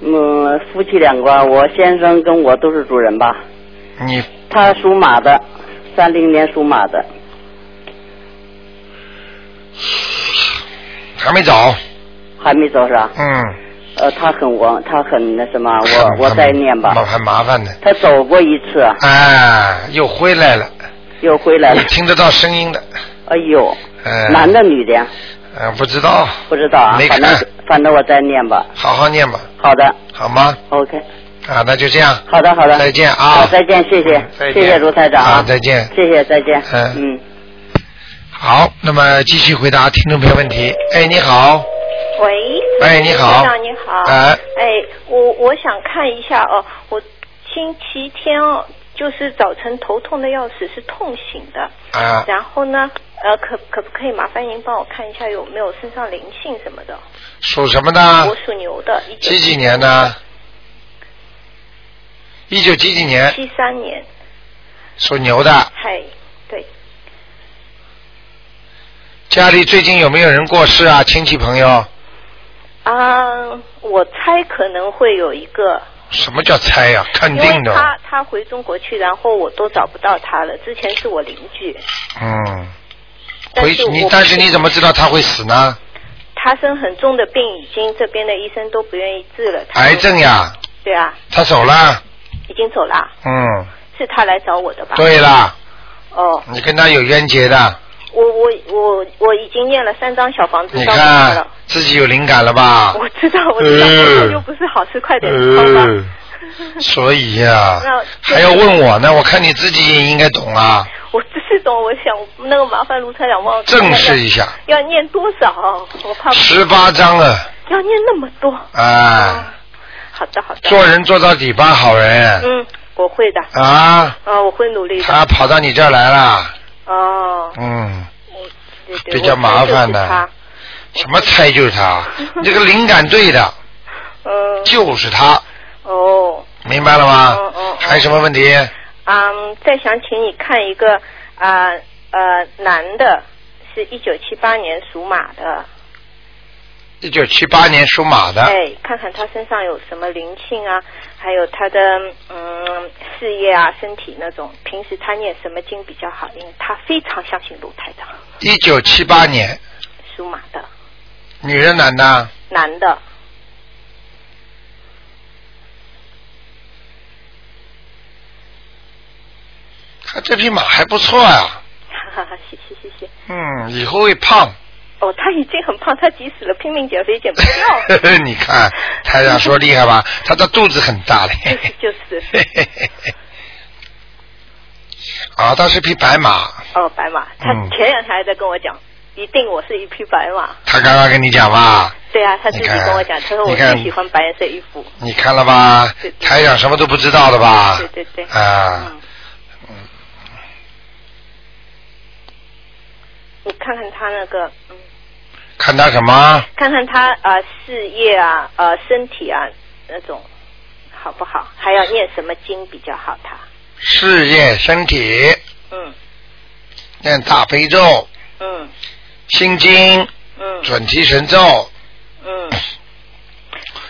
H: 嗯，夫妻两个，我先生跟我都是主人吧。
A: 你
H: 他属马的，三零年属马的，
A: 还没走，
H: 还没走是吧？
A: 嗯，
H: 呃，他很我，他很那什么，
A: 很
H: 我我再念吧
A: 很。麻很麻烦的，
H: 他走过一次，啊
A: 哎，又回来了，
H: 又回来
A: 你
H: 了。
A: 听得到声音的，
H: 哎呦，
A: 呃，
H: 男的女的呀？
A: 呃，不知道，
H: 不知道啊
A: 没，
H: 反正
A: 看
H: 反正我再念吧。
A: 好好念吧，
H: 好的
A: 好吗？
H: ，OK，
A: 啊，那就这样，
H: 好的好的。
A: 再见啊
H: 好，再见，谢谢
A: 嗯，再见
H: 谢谢卢台长
A: 啊再见
H: 谢谢，再见。
A: 嗯
H: 嗯。
A: 好，那么继续回答听众朋友问题。哎，你好，
I: 喂，
A: 哎，你好，
I: 台长您好，
A: 哎，
I: 哎，我我想看一下哦，我星期天哦，就是早晨头痛的要死，是痛醒的，
A: 啊，
I: 然后呢，呃，可可不可以麻烦您帮我看一下有没有身上灵性什么的？
A: 属什么呢
I: 我？属牛的，一九
A: 几几年呢？一九几几年
I: 七三年，
A: 属牛的，
I: 嗨，对，
A: 家里最近有没有人过世啊？亲戚朋友？
I: 啊，我猜可能会有一个，
A: 什么叫猜呀、肯
I: 因
A: 定
I: 为
A: 的。
I: 他他回中国去，然后我都找不到他了，之前是我邻居，
A: 嗯，
I: 但
A: 回
I: 是我
A: 你
I: 不，
A: 但是你怎么知道他会死呢？
I: 他生很重的病，已经这边的医生都不愿意治了。他
A: 癌症？呀，
I: 对啊，
A: 他走了。
I: 已经走了，
A: 嗯，
I: 是他来找我的吧？。
A: 对了，
I: 哦，
A: 你跟他有冤结的，
I: 我我我我已经念了三张小房子
A: 你
I: 烧给他
A: 看
I: 了。
A: 自己有灵感了吧？
I: 我知道，我知道，
A: 嗯
I: 我又不是好事，快点烧吧。
A: 嗯，所以呀、
I: 那
A: 还要问我呢？我看你自己也应该懂啊，
I: 我只是懂，我想那个麻烦卢台长帮我看
A: 正
I: 看
A: 视一下，
I: 要要念多少？我怕
A: 十八章啊，
I: 要念那么多。
A: 啊
I: 哦，好的好的。
A: 做人做到底吧，好人
I: 嗯，我会的，
A: 啊，
I: 啊，我会努力的。
A: 他跑到你这儿来了，
I: 哦，
A: 嗯，
I: 我对对，
A: 比较
I: 我
A: 麻
I: 就是
A: 烦的
I: 他
A: 什么猜就是 他，你这个灵感对的，
I: 嗯，
A: 就是他，
I: 哦，
A: 明白了吗？
I: 嗯嗯嗯
A: 还有什么问题？
I: 嗯，再想请你看一个啊呃男的，是一九七八年属马的，
A: 一九七八年属马的，
I: 哎，看看他身上有什么灵性啊，还有他的嗯事业啊、身体那种，平时他念什么经比较好？因为他非常相信卢台长，
A: 一九七八年，
I: 属马的
A: 女人男的，
I: 男的，
A: 他这匹马还不错啊，
I: 哈哈哈， 谢谢谢谢。
A: 嗯，以后会胖。
I: 哦，他已经很胖，他急死了，拼命减肥减不 掉，
A: 你看，台长说厉害吧？他的肚子很大嘞。
I: 就是就是，
A: 啊，他是匹白马，
I: 哦，白马，他
A: 嗯
I: 前两天还在跟我讲，一定我是一匹白马。
A: 他刚刚跟你讲吧，
I: 对啊，他自己
A: 你看
I: 跟我讲，他说
A: 你
I: 我
A: 看
I: 最喜欢白颜色衣服。
A: 你看了吧
I: 对？对
A: 台长什么都不知道的吧？
I: 对对对。
A: 啊
I: 嗯，你看看他那个，嗯，
A: 看他什么？
I: 看看他啊、呃事业啊，呃，身体啊那种好不好？还要念什么经比较好？他，
A: 事业、身体，
I: 嗯
A: 念大悲咒、
I: 嗯
A: 心经、
I: 嗯
A: 准提神咒，
I: 嗯，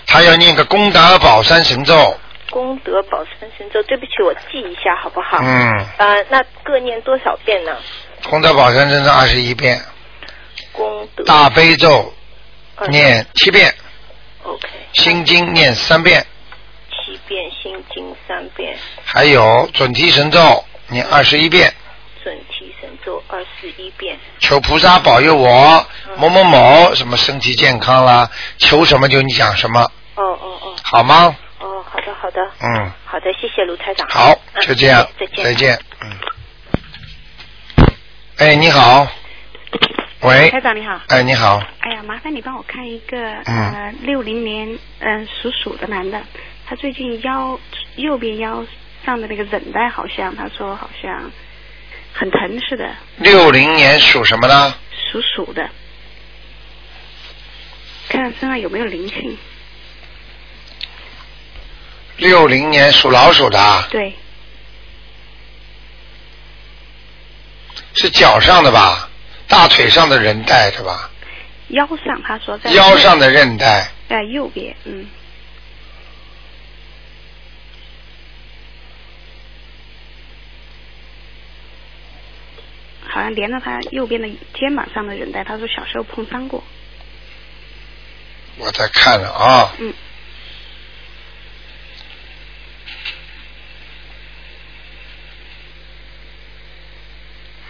A: 他要念个功德宝山神咒。
I: 功德宝山神咒，对不起，我记一下好不好？
A: 嗯，
I: 呃，那各念多少遍呢？
A: 功德宝山神咒二十一遍，
I: 功德
A: 大悲咒
I: 呃
A: 念七遍，
I: OK
A: 心经念三遍。
I: 七遍，心经三遍，
A: 还有准提神咒念二十一遍，
I: 准提神咒二十一遍，嗯
A: 求菩萨保佑我某某某什么身体健康啦，求什么就你想什么，
I: 哦哦哦
A: 好吗？
I: 哦，好的好的，
A: 嗯，
I: 好的，谢谢卢台长。
A: 好，
I: 嗯
A: 就这样，
I: 再见
A: 再见，嗯。哎，你好，喂
J: 台，长你好。
A: 哎，你好，
J: 哎呀，麻烦你帮我看一个
A: 嗯
J: 呃六零年嗯、呃属鼠的男的，他最近腰右边腰上的那个韧带好像他说好像很疼似的，
A: 六零年属什么呢？
J: 属鼠的，看看身上有没有灵性。
A: 六零年属老鼠的啊，
J: 对，
A: 是脚上的吧？大腿上的韧带对吧？
J: 腰上他说在
A: 腰上的韧带。
J: 在右边，嗯，好像连着他右边的肩膀上的韧带，他说小时候碰伤过。
A: 我再看了啊。
J: 嗯。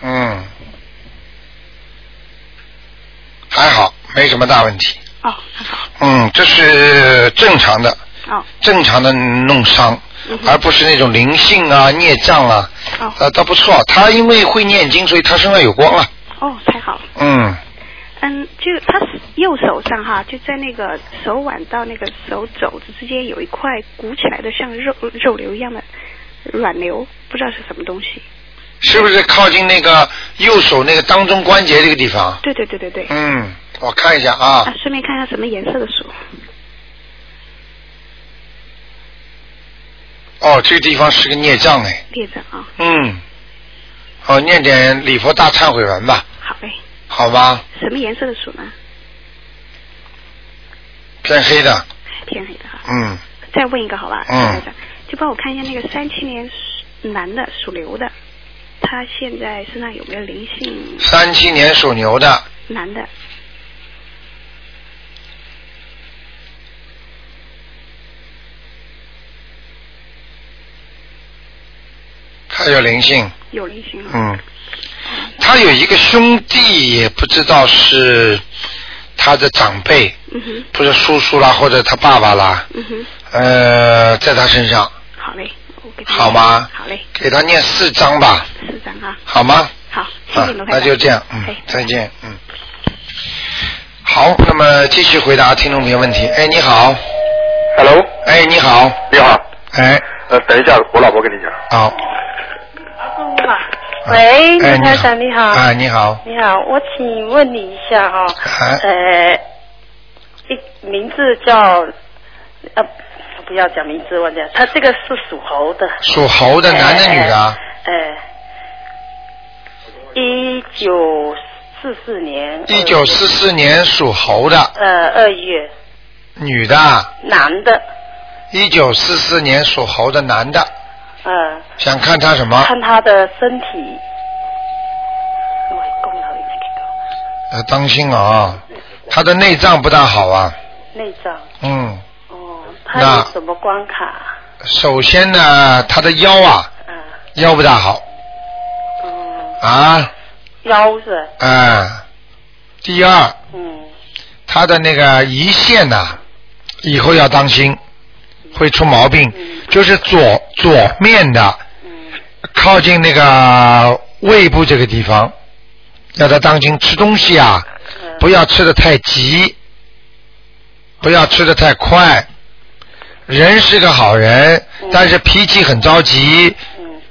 A: 嗯，还好，没什么大问题。
J: 哦，
A: 嗯，这是正常的，
J: 哦，嗯
A: 正常的弄伤，而不是那种灵性啊、孽障啊，
J: 哦
A: 呃，倒不错。他因为会念经，所以他身上有光了。
J: 哦，太好了。
A: 嗯，
J: 嗯，就他右手上哈，就在那个手腕到那个手肘子之间有一块鼓起来的像肉肉瘤一样的软瘤，不知道是什么东西。
A: 是不是靠近那个右手那个当中关节这个地方？啊
J: 对对对对对。
A: 嗯，我看一下啊。
J: 啊，顺便看看什么颜色的鼠。
A: 哦，这个地方是个孽障哎。
J: 列着啊，
A: 嗯，好，念点礼佛大忏悔文吧，
J: 好嘞。
A: 好吧？
J: 什么颜色的鼠呢？
A: 偏黑的，
J: 哎天黑的哈。
A: 嗯，
J: 再问一个好吧，
A: 嗯
J: 台长，就帮我看一下那个三七年属男的属牛的，他现在身上有没有灵性？
A: 三七年属牛的，
J: 男的，
A: 他有灵性，
J: 有灵性啊。
A: 嗯，他有一个兄弟，也不知道是他的长辈，
J: 嗯哼，
A: 不是叔叔啦，或者他爸爸啦，
J: 嗯哼，
A: 呃，在他身上，
J: 好嘞，我给他
A: 好吗？
J: 好嘞，
A: 给他念四章吧，
J: 四张啊，
A: 好吗？
J: 好，谢
A: 啊
J: 谢罗，台
A: 那
J: 长。
A: 就这样，嗯
J: 哎，
A: 再见，嗯。好，那么继续回答听众朋友问题。哎，你好，
K: Hello，
A: 哎，你好，
K: 你好，
A: 哎，
K: 呃，等一下，我老婆跟你讲，
A: 好，
L: 啊喂，
A: 啊哎
L: 卢台长你好，
A: 啊，你好，
L: 你好，我请问你一下哈、
A: 啊
L: 呃，一名字叫呃，不要讲名字，我讲他这个是属猴的，
A: 属猴的男的女的啊？
L: 呃，一九四四年，
A: 一九四四年属猴的
L: 呃二月
A: 女的，啊
L: 男的，
A: 一九四四年属猴的男的，
L: 呃，
A: 想看他什么？
L: 看他的身体，
A: 呃，当心啊，他的内脏不大好啊，
L: 内脏，
A: 嗯，
L: 哦他
A: 那
L: 有什么关卡？
A: 首先呢，他的腰啊，腰不大好，啊，
L: 腰是吧？
A: 啊，第二，
L: 嗯，
A: 他的那个胰腺呐、以后要当心，会出毛病，就是左左面的，靠近那个胃部这个地方，要他当心吃东西啊，不要吃的太急，不要吃的太快。人是个好人，但是脾气很着急，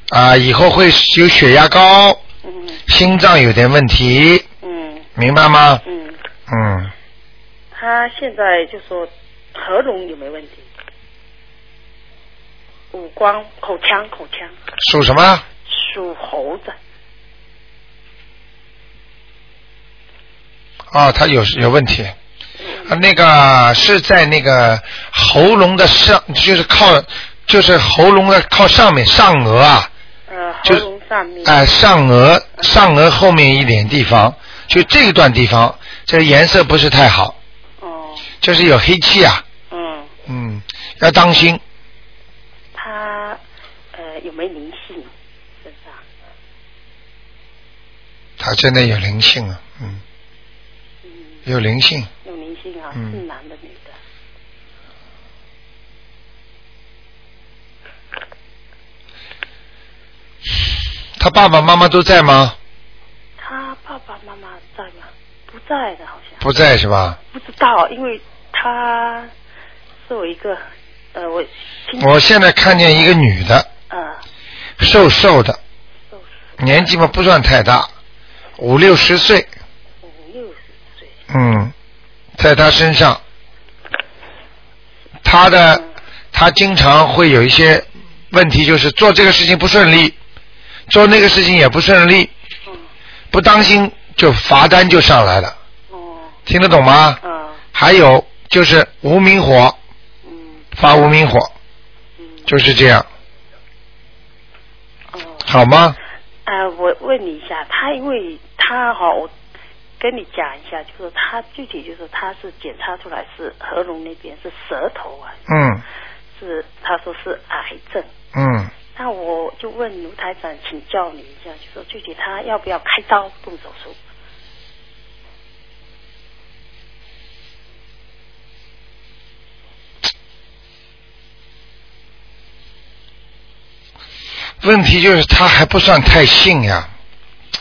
A: 啊、以后会有血压高，心脏有点问题，明白吗？
L: 嗯，
A: 嗯，
L: 他现在就说喉咙有没有问题？五官、口腔、口腔
A: 属什么？
L: 属猴子，
A: 啊，他有有问题。啊，那个是在那个喉咙的上，就是靠，就是喉咙的靠上面上颚啊，
L: 呃，喉
A: 就是
L: 咙上面，
A: 哎、上颚上颚后面一点地方，就这一段地方，这颜色不是太好。哦。就是有黑气啊。
L: 嗯，
A: 嗯，要当心。
L: 他呃有没有灵性？身上
A: 还真的有灵性啊，嗯，有灵性，
L: 嗯有明星啊，
A: 嗯
L: 是男的女的？
A: 他爸爸妈妈都在吗？
L: 他爸爸妈妈在吗？不在的，好像
A: 不在是吧？
L: 不知道，因为他是我一个呃，我亲
A: 我现在看见一个女的，
L: 呃
A: 瘦嗯瘦的，年纪嘛不算太大，五六十岁。嗯，在他身上，他的他经常会有一些问题，就是做这个事情不顺利，做那个事情也不顺利，不当心就罚单就上来了。听得懂吗？还有就是无名火，嗯发无名火，就是这样。好吗？
L: 呃，我问你一下，他因为他哈、我跟你讲一下，就是他具体就是他是检查出来是喉咙那边是舌头啊，
A: 嗯
L: 是他说是癌症。
A: 嗯，
L: 那我就问卢台长，请教你一下，就说具体他要不要开刀动手术？
A: 问题就是他还不算太信呀。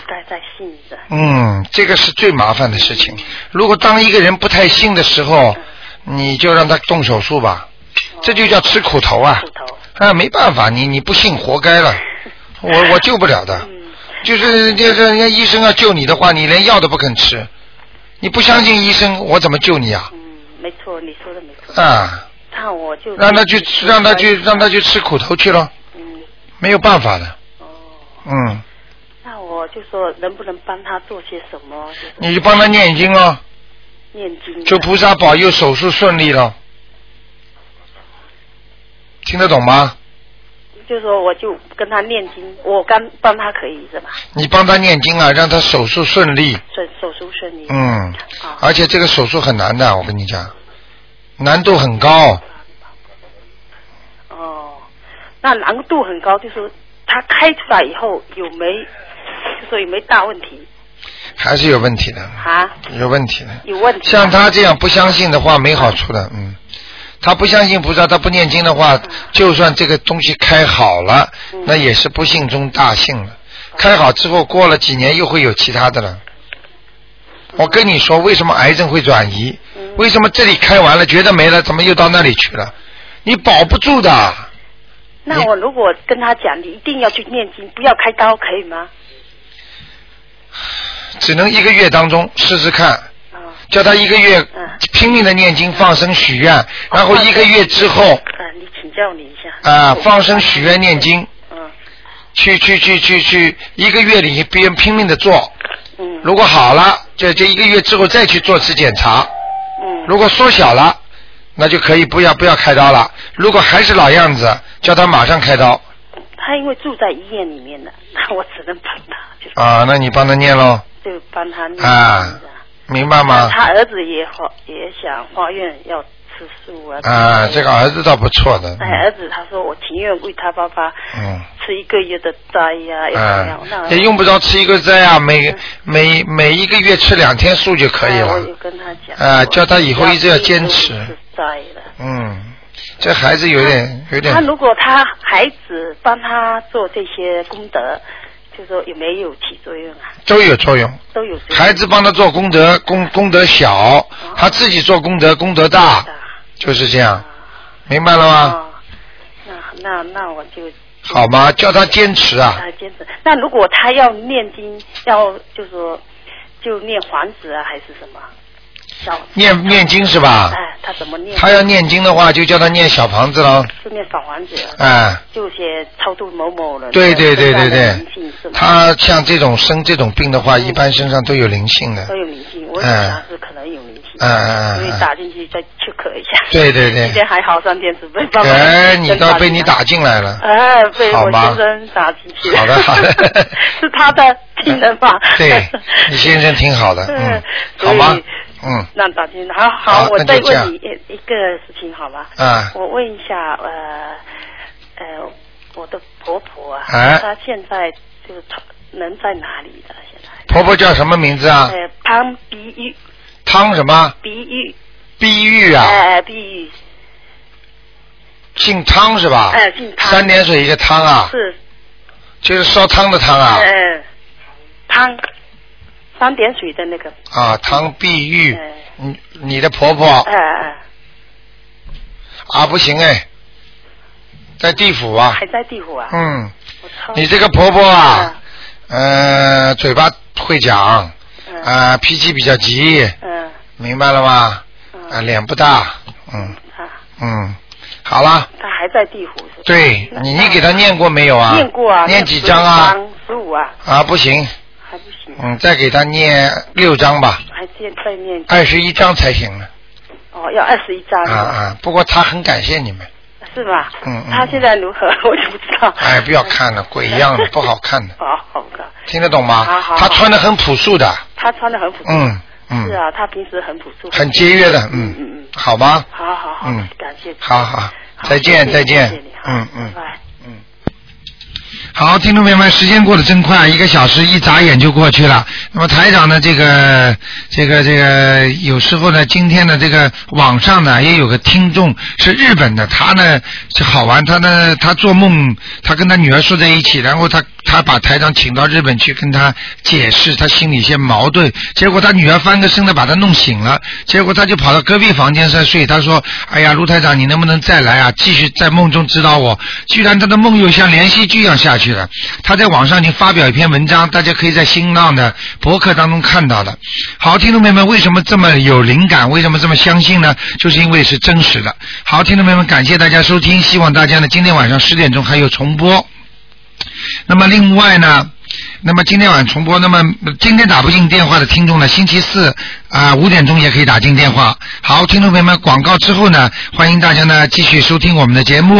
L: 该再信一下。
A: 嗯，这个是最麻烦的事情。如果当一个人不太信的时候，你就让他动手术吧，这就叫哦吃苦头啊！啊，没办法，你你不信活该 了，我我救不了的。就是就是人家医生要救你的话，你连药都不肯吃，你不相信医生，我怎么救你啊？
L: 没错，你说的没错。
A: 啊，
L: 那我就
A: 让他去让他去让他去吃苦头去咯，没有办法的。嗯，
L: 那我就说能不能帮他做些什么？就是
A: 你就帮他念经哦，
L: 念经。啊
A: 求菩萨保佑手术顺利咯。听得懂吗？
L: 就说我就跟他念经，我刚帮他可以是吧？
A: 你帮他念经啊，让他手术顺利。
L: 顺手术顺利。
A: 嗯，而且这个手术很难的，我跟你讲，难度很高。
L: 哦，那难度很高，就是他开出来以后有没，就说有没大问题
A: 还是有问题的，
L: 啊？
A: 有问题的。
L: 有问题。啊
A: 像他这样不相信的话，没好处的，嗯。他不相信菩萨，他不念经的话，
L: 嗯
A: 就算这个东西开好了，那也是不幸中大幸了。
L: 嗯
A: 开好之后，过了几年又会有其他的了。我跟你说，为什么癌症会转移？
L: 嗯
A: 为什么这里开完了觉得没了，怎么又到那里去了？你保不住的。
L: 那我如果跟他讲，你一定要去念经，不要开刀，可以吗？
A: 只能一个月当中试试看，叫他一个月
L: 嗯
A: 拼命的念经、放生、许愿，
L: 哦
A: 然后一个月之后
L: 啊，你请教你一下。嗯
A: 啊、放生、许愿、念经，去去去去去，一个月里边拼命的做，
L: 嗯
A: 如果好了，这这一个月之后再去做次检查，
L: 嗯
A: 如果缩小了，那就可以不要不要开刀了，如果还是老样子，叫他马上开刀
L: 他因为住在医院里面的，那我只能帮他，
A: 啊、那你帮他念喽
L: 就帮他念。
A: 啊，明白吗？
L: 他儿子也好，也想发愿要吃素啊。
A: 啊，这个儿子倒不错的，
L: 哎，儿子他说我情愿为他爸爸
A: 嗯。
L: 吃一个月的斋呀、要
A: 啊
L: 怎么样？哎那，嗯
A: 也用不着吃一个斋啊，每每每一个月吃两天素就可以
L: 哎我
A: 了
L: 有。跟他讲。
A: 啊，叫他以后一直要坚
L: 要
A: 持
L: 吃。斋的。啊
A: 嗯，这孩子有点有
L: 他
A: 点，
L: 如果他孩子帮他做这些功德，就说有没有起作用啊？
A: 都有作用。
L: 都有作用。
A: 孩子帮他做功德，功功德
L: 哦
A: 小；他自己做功德，功德大，就是这
L: 啊
A: 样，明白了
L: 哦
A: 吗？
L: 那那我就
A: 好吗？叫他坚持啊，
L: 啊坚持。那如果他要念经，要就说就念黄子啊，还是什么？小
A: 念念经是吧？
L: 哎，他怎么念？
A: 他要念经的话，就叫他念小房子了。
L: 就念小黄子。啊
A: 哎。
L: 就写超度某某人。啊
A: 对对对对
L: 身上的灵
A: 对
L: 性是，吗
A: 他像这种生这种病的话，一般身上都有灵性的
L: 嗯
A: 哎
L: 都。有灵性，我想是啊可能有灵性，
A: 嗯嗯嗯嗯
L: 所以打进去再 check 一下。
A: 对对对
L: 今天还好，上电子被爸爸
A: 哎，你
L: 先
A: 倒
L: 打
A: 被
L: 进
A: 你
L: 来
A: 打进来了。
L: 哎，被
A: 好
L: 我
A: 吧
L: 先生打进去了。
A: 好的好的
L: 是他的亲人吧？
A: 对，你先生挺好的，嗯
L: 嗯，
A: 好吗
L: 所以？
A: 嗯，
L: 那打进来，好好
A: 好，
L: 我
A: 那就
L: 再
A: 这样
L: 问你一一个事情好吗？
A: 啊
L: 我问一下，呃呃，我的婆婆啊，
A: 哎
L: 她现在就是她人在哪里的？
A: 婆婆叫什么名字啊？
L: 呃，潘碧玉，
A: 汤什么？
L: 碧玉。
A: 碧玉啊
L: 哎、哎碧玉。
A: 姓汤是吧？
L: 哎姓汤
A: 啊三点水一个汤啊，
L: 是。
A: 就是烧汤的汤啊。
L: 哎、汤，三点水的那个。
A: 啊，汤碧玉，你你的婆婆
L: 哎哎
A: 啊不行哎，在地府
L: 哎，
A: 啊
L: 还，在地府啊？
A: 嗯，
L: 我操
A: 你这个婆婆啊，呃，嘴巴会讲，啊、脾气比较急，
L: 嗯，
A: 明白了吗？啊，脸不大，嗯，嗯，好了，
L: 她还在地府是吧？
A: 对你你给她念过没有啊？
L: 念过啊。
A: 念几张啊？？
L: 十五啊，
A: 啊，不行，
L: 还不行，
A: 嗯，再给她念六张吧，
L: 还现在念
A: 二十一张才行呢。
L: 哦，要二十一张
A: 啊啊，不过她很感谢你们，
L: 是吧？
A: 嗯嗯
L: 她现在如何 我就不知道。
A: 哎，不要看了，鬼一样的，不好看的，
L: 好好的，
A: 听得懂吗
L: 好好？好
A: 她穿的很朴素的，
L: 她穿的很朴素。
A: 嗯
L: 是
A: 嗯，
L: 啊，她平时很朴素。
A: 很节约的，嗯嗯，好吗？
L: 好好好，
A: 嗯，
L: 感谢。
A: 好好，再见
L: 谢谢
A: 再见
L: 谢谢你，
A: 嗯嗯。
L: 拜拜。
A: 好，听众朋友们，时间过得真快，啊一个小时一眨眼就过去了。那么台长呢，这个、这个、这个，有时候呢，今天的这个网上呢，也有个听众是日本的，他呢是好玩，他呢他做梦，他跟他女儿睡在一起，然后他他把台长请到日本去跟他解释他心里一些矛盾，结果他女儿翻个身呢把他弄醒了，结果他就跑到隔壁房间在睡，他说：“哎呀，卢台长，你能不能再来啊？继续在梦中指导我。”居然他的梦又像连续剧一样下去了。他在网上已经发表一篇文章，大家可以在新浪的博客当中看到的。好，听众朋友们，为什么这么有灵感？为什么这么相信呢？就是因为是真实的。好，听众朋友们，感谢大家收听，希望大家呢今天晚上十点钟还有重播。那么另外呢，那么今天晚重播，那么今天打不进电话的听众呢，星期四啊五、点钟也可以打进电话。好，听众朋友们，广告之后呢，欢迎大家呢继续收听我们的节目。